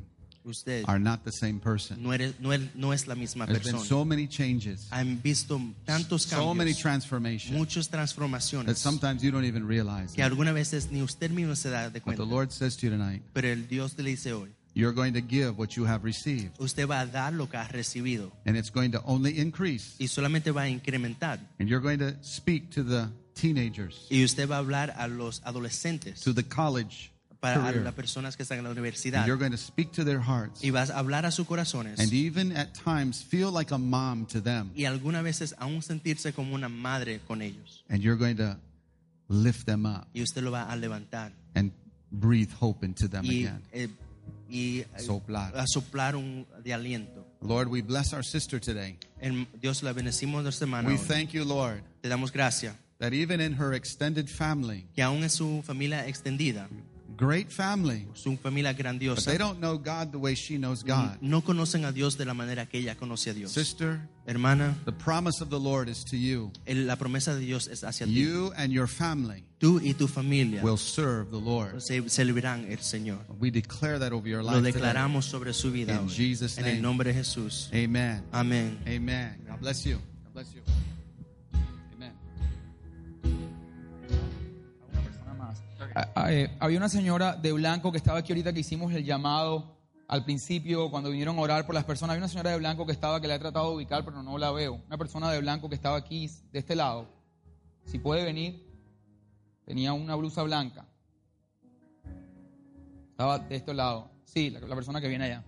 [SPEAKER 2] Usted
[SPEAKER 1] are not the same person.
[SPEAKER 2] no, eres- no, eres- no es la misma
[SPEAKER 1] There's been
[SPEAKER 2] persona.
[SPEAKER 1] so many changes,
[SPEAKER 2] Han visto tantos
[SPEAKER 1] so many
[SPEAKER 2] cambios.
[SPEAKER 1] transformations
[SPEAKER 2] muchas
[SPEAKER 1] that
[SPEAKER 2] transformaciones
[SPEAKER 1] sometimes you don't even realize.
[SPEAKER 2] que
[SPEAKER 1] it.
[SPEAKER 2] algunas veces ni usted mismo se da de
[SPEAKER 1] But
[SPEAKER 2] cuenta.
[SPEAKER 1] the Lord says to you tonight,
[SPEAKER 2] Pero el Dios te le dice hoy,
[SPEAKER 1] you're going to give what you have received,
[SPEAKER 2] usted va a dar lo que ha recibido
[SPEAKER 1] and it's going to only increase.
[SPEAKER 2] y solamente va a incrementar.
[SPEAKER 1] And you're going to speak to the teenagers,
[SPEAKER 2] Y usted va a hablar a los adolescentes,
[SPEAKER 1] to the college
[SPEAKER 2] para a
[SPEAKER 1] career.
[SPEAKER 2] las personas que están en la
[SPEAKER 1] And
[SPEAKER 2] universidad.
[SPEAKER 1] you're going to speak to their hearts,
[SPEAKER 2] Y vas a hablar a sus corazones.
[SPEAKER 1] and even at times feel like a mom to them.
[SPEAKER 2] Y algunas veces aún sentirse como una madre con ellos.
[SPEAKER 1] And you're going to lift them up
[SPEAKER 2] Y usted lo va a levantar
[SPEAKER 1] and breathe hope into them
[SPEAKER 2] y,
[SPEAKER 1] again.
[SPEAKER 2] eh, y eh,
[SPEAKER 1] Soplar.
[SPEAKER 2] a soplar un, de aliento.
[SPEAKER 1] Lord, we bless our sister today.
[SPEAKER 2] En- Dios la bendecimos de semana.
[SPEAKER 1] We
[SPEAKER 2] hoy.
[SPEAKER 1] thank you, Lord,
[SPEAKER 2] Te damos gracias.
[SPEAKER 1] that even in her extended family,
[SPEAKER 2] que aún es su familia extendida,
[SPEAKER 1] great family,
[SPEAKER 2] su familia
[SPEAKER 1] but
[SPEAKER 2] grandiosa,
[SPEAKER 1] they don't know God the way she knows God.
[SPEAKER 2] no conocen a Dios de la manera que ella conoce a Dios.
[SPEAKER 1] Sister,
[SPEAKER 2] Hermana,
[SPEAKER 1] the promise of the Lord is to you.
[SPEAKER 2] el- la promesa de Dios es hacia ti.
[SPEAKER 1] You and your family
[SPEAKER 2] Tú y tu familia
[SPEAKER 1] will serve the Lord.
[SPEAKER 2] se- servirán el Señor.
[SPEAKER 1] We declare that over your
[SPEAKER 2] Lo
[SPEAKER 1] life. today.
[SPEAKER 2] declaramos sobre su vida
[SPEAKER 1] In
[SPEAKER 2] hoy.
[SPEAKER 1] Jesus'
[SPEAKER 2] en
[SPEAKER 1] name.
[SPEAKER 2] el nombre de Jesús.
[SPEAKER 1] Amen.
[SPEAKER 2] Amén.
[SPEAKER 1] Amen. God bless you. God bless you. Amen.
[SPEAKER 3] A una persona más. Ah, ah, eh, había una señora de blanco que estaba aquí ahorita que hicimos el llamado al principio cuando vinieron a orar por las personas. Había una señora de blanco que estaba que la he tratado de ubicar, pero no la veo. Una persona de blanco que estaba aquí de este lado. Si puede venir, tenía una blusa blanca. Estaba de este lado. Sí, la, la persona que viene allá.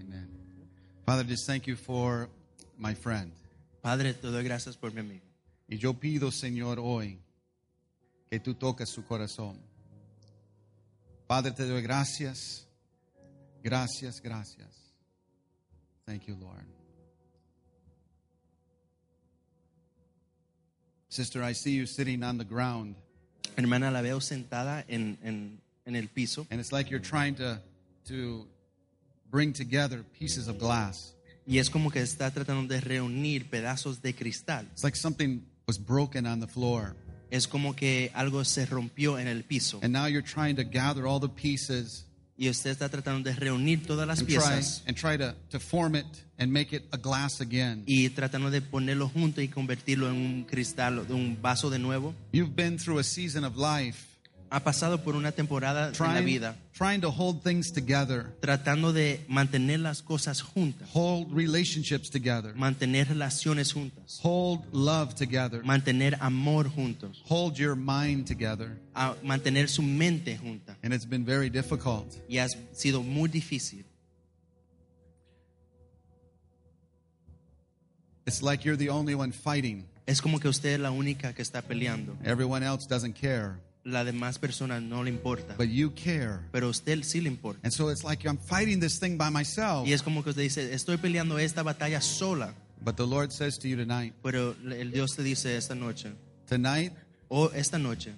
[SPEAKER 1] Amen. Father, just thank you for my friend.
[SPEAKER 2] Padre, te doy gracias por mi amigo.
[SPEAKER 1] Y yo pido, Señor, hoy que tú toques su corazón. Padre, te doy gracias. Gracias, gracias. Thank you, Lord. Sister, I see you sitting on the ground,
[SPEAKER 2] Hermana, la veo sentada en, en- en el piso
[SPEAKER 1] and it's like you're trying to, to bring together pieces of glass.
[SPEAKER 2] y es como que está tratando de reunir pedazos de cristal.
[SPEAKER 1] It's like something was broken on the floor,
[SPEAKER 2] Es como que algo se rompió en el piso
[SPEAKER 1] and now you're trying to gather all the pieces
[SPEAKER 2] y usted está tratando de reunir todas las
[SPEAKER 1] and try,
[SPEAKER 2] piezas
[SPEAKER 1] and try to, to form it and make it a glass again.
[SPEAKER 2] y tratando de ponerlo junto y convertirlo en un cristal, de un vaso de nuevo.
[SPEAKER 1] You've been through a season of life
[SPEAKER 2] Ha pasado por una temporada en la
[SPEAKER 1] trying,
[SPEAKER 2] vida
[SPEAKER 1] trying to hold things together,
[SPEAKER 2] tratando de mantener las cosas juntas,
[SPEAKER 1] hold relationships together,
[SPEAKER 2] mantener relaciones juntas,
[SPEAKER 1] hold love together,
[SPEAKER 2] mantener amor juntos,
[SPEAKER 1] hold your mind together.
[SPEAKER 2] a mantener su mente junta.
[SPEAKER 1] And it's been very difficult.
[SPEAKER 2] Y ha sido muy difícil.
[SPEAKER 1] It's like you're the only one fighting,
[SPEAKER 2] Es como que usted es la única que está peleando.
[SPEAKER 1] everyone else doesn't care,
[SPEAKER 2] La demás persona no le importa,
[SPEAKER 1] but you care.
[SPEAKER 2] pero a usted sí le importa.
[SPEAKER 1] And so it's like I'm fighting this thing by myself.
[SPEAKER 2] Y es como que usted dice, estoy peleando esta batalla sola,
[SPEAKER 1] But the Lord says to you tonight,
[SPEAKER 2] pero el Dios te dice esta noche,
[SPEAKER 1] tonight
[SPEAKER 2] o esta noche,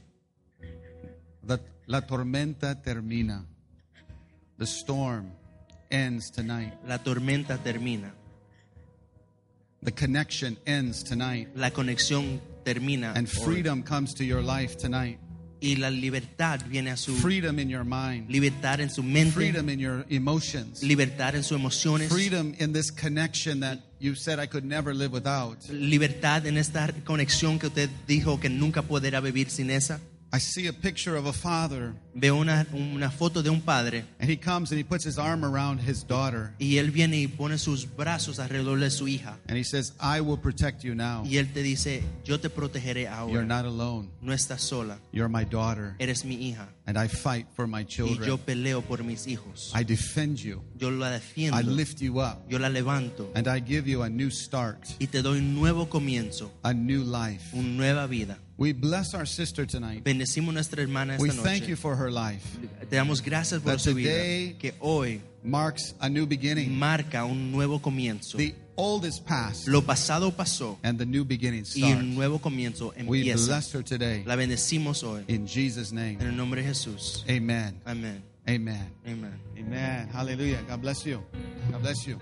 [SPEAKER 1] La, la tormenta termina. The storm ends tonight.
[SPEAKER 2] la tormenta termina,
[SPEAKER 1] The connection ends tonight.
[SPEAKER 2] la conexión termina
[SPEAKER 1] And
[SPEAKER 2] hoy.
[SPEAKER 1] freedom comes to your life tonight.
[SPEAKER 2] y la libertad viene a su
[SPEAKER 1] Freedom in your mind.
[SPEAKER 2] libertad en su mente,
[SPEAKER 1] Freedom in your emotions.
[SPEAKER 2] libertad en sus emociones,
[SPEAKER 1] Freedom in this connection that you said I could never live without.
[SPEAKER 2] libertad en esta conexión que usted dijo que nunca podrá vivir sin esa.
[SPEAKER 1] I see a picture of a father,
[SPEAKER 2] Veo una, una foto de un padre
[SPEAKER 1] and he comes and he puts his arm around his daughter,
[SPEAKER 2] y él viene y pone sus brazos alrededor de su hija
[SPEAKER 1] and he says, I will protect you now.
[SPEAKER 2] y él te dice, yo te protegeré
[SPEAKER 1] You're
[SPEAKER 2] ahora,
[SPEAKER 1] not alone.
[SPEAKER 2] no estás sola,
[SPEAKER 1] You're my daughter,
[SPEAKER 2] eres mi hija
[SPEAKER 1] and I fight for my
[SPEAKER 2] y yo
[SPEAKER 1] children.
[SPEAKER 2] peleo por mis hijos,
[SPEAKER 1] I defend you.
[SPEAKER 2] yo la
[SPEAKER 1] I
[SPEAKER 2] defiendo,
[SPEAKER 1] lift you up
[SPEAKER 2] yo la levanto
[SPEAKER 1] and I give you a new start,
[SPEAKER 2] y te doy un nuevo comienzo,
[SPEAKER 1] a new life.
[SPEAKER 2] una nueva vida.
[SPEAKER 1] We bless our sister tonight.
[SPEAKER 2] Bendecimos a nuestra hermana
[SPEAKER 1] We
[SPEAKER 2] esta
[SPEAKER 1] thank you
[SPEAKER 2] noche.
[SPEAKER 1] for her life.
[SPEAKER 2] Te damos gracias por
[SPEAKER 1] That
[SPEAKER 2] su vida,
[SPEAKER 1] today-
[SPEAKER 2] que hoy
[SPEAKER 1] Marks a new
[SPEAKER 2] Mm.
[SPEAKER 1] beginning.
[SPEAKER 2] marca un nuevo comienzo.
[SPEAKER 1] The old is past
[SPEAKER 2] Lo pasado pasó
[SPEAKER 1] and the new beginning
[SPEAKER 2] y un
[SPEAKER 1] starts.
[SPEAKER 2] nuevo comienzo
[SPEAKER 1] We
[SPEAKER 2] empieza.
[SPEAKER 1] bless her today
[SPEAKER 2] La bendecimos hoy
[SPEAKER 1] in Jesus'
[SPEAKER 2] en
[SPEAKER 1] name.
[SPEAKER 2] el nombre de Jesús.
[SPEAKER 1] Amen.
[SPEAKER 2] Amén.
[SPEAKER 1] Amen.
[SPEAKER 2] Amén.
[SPEAKER 1] Amen. Hallelujah. God bless you. God bless you.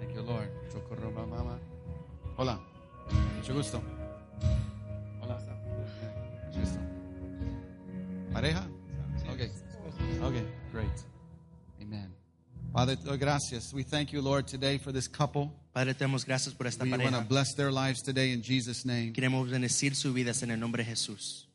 [SPEAKER 1] Thank you, Lord. Chocorroba mama. Hola. Mucho gusto. Hola. Mucho gusto. ¿Pareja? Okay. Okay. Great. Amen. Father, te doy gracias. We thank you, Lord, today for this couple.
[SPEAKER 2] Padre, te damos gracias por esta
[SPEAKER 1] We want to
[SPEAKER 2] pareja.
[SPEAKER 1] bless their lives today in Jesus' name.
[SPEAKER 2] Queremos bendecir sus vidas en el nombre de Jesús.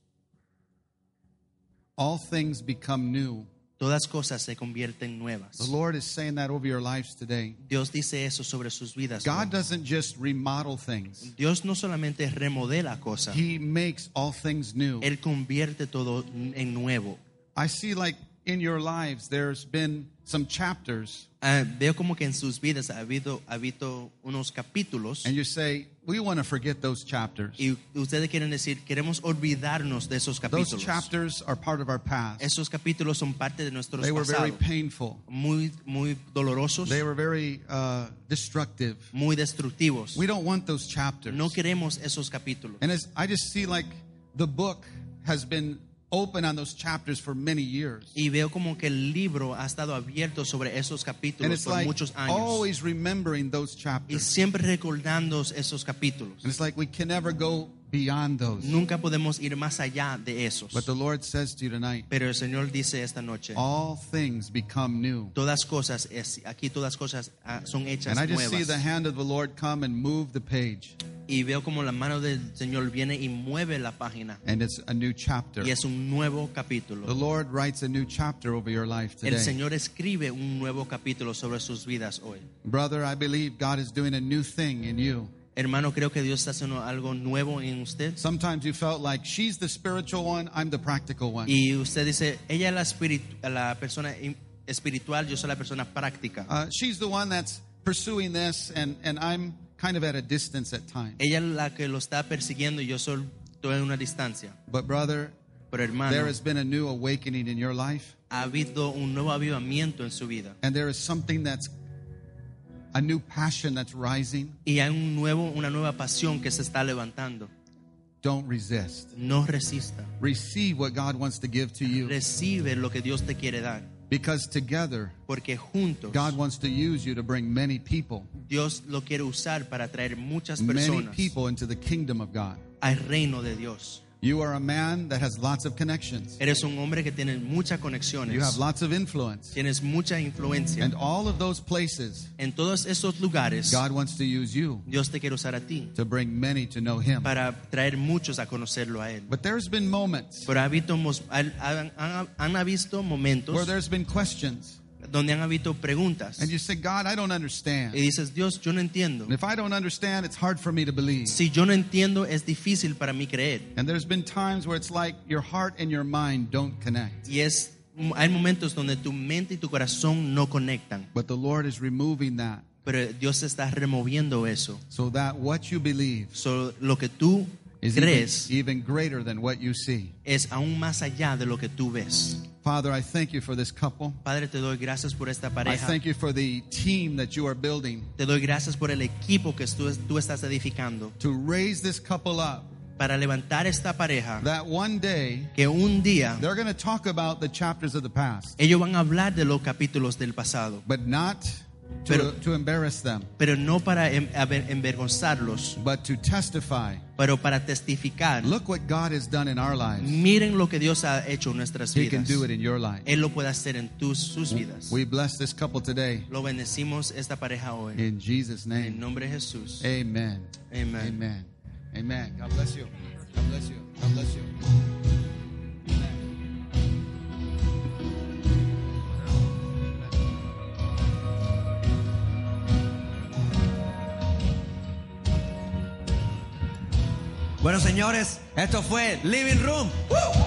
[SPEAKER 1] All things become new.
[SPEAKER 2] Todas cosas se convierten
[SPEAKER 1] The
[SPEAKER 2] nuevas.
[SPEAKER 1] Lord is saying that over your lives today.
[SPEAKER 2] Dios dice eso sobre sus vidas.
[SPEAKER 1] God
[SPEAKER 2] hoy.
[SPEAKER 1] doesn't just remodel things.
[SPEAKER 2] Dios no solamente remodela cosas,
[SPEAKER 1] He makes all things new.
[SPEAKER 2] Él convierte todo en nuevo.
[SPEAKER 1] I see like in your lives there's been some chapters,
[SPEAKER 2] Ah, veo como que en sus vidas ha habido, ha habido unos capítulos
[SPEAKER 1] and you say, We want to forget those chapters.
[SPEAKER 2] y ustedes quieren decir, queremos olvidarnos de
[SPEAKER 1] Those
[SPEAKER 2] esos capítulos.
[SPEAKER 1] chapters are part of our past.
[SPEAKER 2] Esos capítulos son parte de nuestros
[SPEAKER 1] They were very
[SPEAKER 2] pasados,
[SPEAKER 1] painful,
[SPEAKER 2] muy, muy dolorosos,
[SPEAKER 1] they were very uh, destructive.
[SPEAKER 2] muy destructivos.
[SPEAKER 1] We don't want those chapters.
[SPEAKER 2] No queremos esos capítulos.
[SPEAKER 1] And as I just see, like, the book has been open on those chapters for many years.
[SPEAKER 2] Y veo como que el libro ha estado abierto sobre esos
[SPEAKER 1] And
[SPEAKER 2] capítulos
[SPEAKER 1] it's
[SPEAKER 2] por
[SPEAKER 1] like
[SPEAKER 2] muchos años.
[SPEAKER 1] always remembering those
[SPEAKER 2] Y
[SPEAKER 1] chapters.
[SPEAKER 2] siempre recordando esos capítulos.
[SPEAKER 1] And it's like we can never go beyond those.
[SPEAKER 2] Nunca podemos ir más allá de esos.
[SPEAKER 1] But the Lord says to you tonight,
[SPEAKER 2] Pero el Señor dice esta noche,
[SPEAKER 1] all things become new.
[SPEAKER 2] todas cosas, es, aquí todas cosas ah, son hechas
[SPEAKER 1] And I just see the
[SPEAKER 2] nuevas.
[SPEAKER 1] hand of the Lord come and move the page.
[SPEAKER 2] Y veo como la mano del Señor viene y mueve la página.
[SPEAKER 1] And it's a new chapter.
[SPEAKER 2] Y es un nuevo
[SPEAKER 1] The
[SPEAKER 2] capítulo.
[SPEAKER 1] Lord writes a new chapter over your life
[SPEAKER 2] El
[SPEAKER 1] today.
[SPEAKER 2] Señor escribe un nuevo capítulo sobre sus vidas hoy.
[SPEAKER 1] Brother, I believe God is doing a new thing in you.
[SPEAKER 2] Hermano, creo que Dios está haciendo algo nuevo en usted.
[SPEAKER 1] Sometimes you felt like she's the spiritual one, I'm the practical one.
[SPEAKER 2] Y usted dice, ella es la, espiritu- la persona in- espiritual, yo soy la persona práctica.
[SPEAKER 1] Uh, she's the one that's pursuing this, and, and I'm kind of at a distance at times.
[SPEAKER 2] Ella es la que lo está persiguiendo y yo soy, estoy en una distancia.
[SPEAKER 1] But, brother,
[SPEAKER 2] Pero hermano,
[SPEAKER 1] there has been a new awakening in your life,
[SPEAKER 2] ha habido un nuevo avivamiento en su vida.
[SPEAKER 1] and there is something that's a new passion that's rising.
[SPEAKER 2] Y hay un nuevo, una nueva pasión que se está levantando.
[SPEAKER 1] Don't resist.
[SPEAKER 2] No resista.
[SPEAKER 1] Receive what God wants to give to you
[SPEAKER 2] Recibe lo que Dios te quiere dar.
[SPEAKER 1] because together
[SPEAKER 2] Porque juntos
[SPEAKER 1] God wants to use you to bring many people,
[SPEAKER 2] Dios lo quiere usar para traer muchas
[SPEAKER 1] many
[SPEAKER 2] personas
[SPEAKER 1] people into the kingdom of God.
[SPEAKER 2] al reino de Dios.
[SPEAKER 1] You are a man that has lots of connections.
[SPEAKER 2] Eres un hombre que tiene muchas
[SPEAKER 1] You have
[SPEAKER 2] conexiones.
[SPEAKER 1] lots of influence.
[SPEAKER 2] Tienes mucha influencia.
[SPEAKER 1] And all of those places,
[SPEAKER 2] En todos esos lugares,
[SPEAKER 1] God wants to use you
[SPEAKER 2] Dios te quiere usar a ti
[SPEAKER 1] to bring many to know Him.
[SPEAKER 2] para traer muchos a conocerlo a Él.
[SPEAKER 1] But there's been moments
[SPEAKER 2] Pero ha habido mos- han, han- han- han habido
[SPEAKER 1] where
[SPEAKER 2] momentos
[SPEAKER 1] there's been questions,
[SPEAKER 2] donde han habido preguntas
[SPEAKER 1] and you say, God, I don't
[SPEAKER 2] y
[SPEAKER 1] understand.
[SPEAKER 2] dices, Dios, yo no entiendo.
[SPEAKER 1] And if I don't understand, it's hard for me to believe.
[SPEAKER 2] Si yo no entiendo, es difícil para mí creer.
[SPEAKER 1] And there's been times where it's like your heart and your mind don't connect.
[SPEAKER 2] Y es, hay momentos donde tu mente y tu corazón no conectan.
[SPEAKER 1] But the Lord is removing that
[SPEAKER 2] Pero Dios está removiendo eso.
[SPEAKER 1] so that what you believe
[SPEAKER 2] So, lo que tú
[SPEAKER 1] is even,
[SPEAKER 2] crees
[SPEAKER 1] even greater than what you see.
[SPEAKER 2] es aún más allá de lo que tú ves.
[SPEAKER 1] Father, I thank you for this couple.
[SPEAKER 2] Padre, te doy gracias por esta
[SPEAKER 1] I
[SPEAKER 2] pareja.
[SPEAKER 1] thank you for the team that you are building
[SPEAKER 2] Te doy gracias por el equipo que tú, tú estás edificando
[SPEAKER 1] to raise this couple up.
[SPEAKER 2] para levantar esta pareja
[SPEAKER 1] That one day
[SPEAKER 2] que un día
[SPEAKER 1] they're going to talk about the chapters of the past,
[SPEAKER 2] ellos van a hablar de los capítulos del pasado,
[SPEAKER 1] but not to,
[SPEAKER 2] Pero-
[SPEAKER 1] to embarrass them,
[SPEAKER 2] pero no para em- aver- envergonzarlos,
[SPEAKER 1] but to testify.
[SPEAKER 2] pero para testificar.
[SPEAKER 1] Look what God has done in our lives.
[SPEAKER 2] Miren lo que Dios ha hecho en nuestras
[SPEAKER 1] He can
[SPEAKER 2] vidas.
[SPEAKER 1] do it in your life.
[SPEAKER 2] Él lo puede hacer en tus, sus vidas.
[SPEAKER 1] We bless this couple today
[SPEAKER 2] Lo bendecimos esta pareja hoy.
[SPEAKER 1] in Jesus'
[SPEAKER 2] En el
[SPEAKER 1] name.
[SPEAKER 2] nombre de Jesús.
[SPEAKER 1] Amen.
[SPEAKER 2] Amen.
[SPEAKER 1] Amen. Amen. God bless you. God bless you. God bless you.
[SPEAKER 4] Bueno, señores, esto fue Living Room. ¡Woo!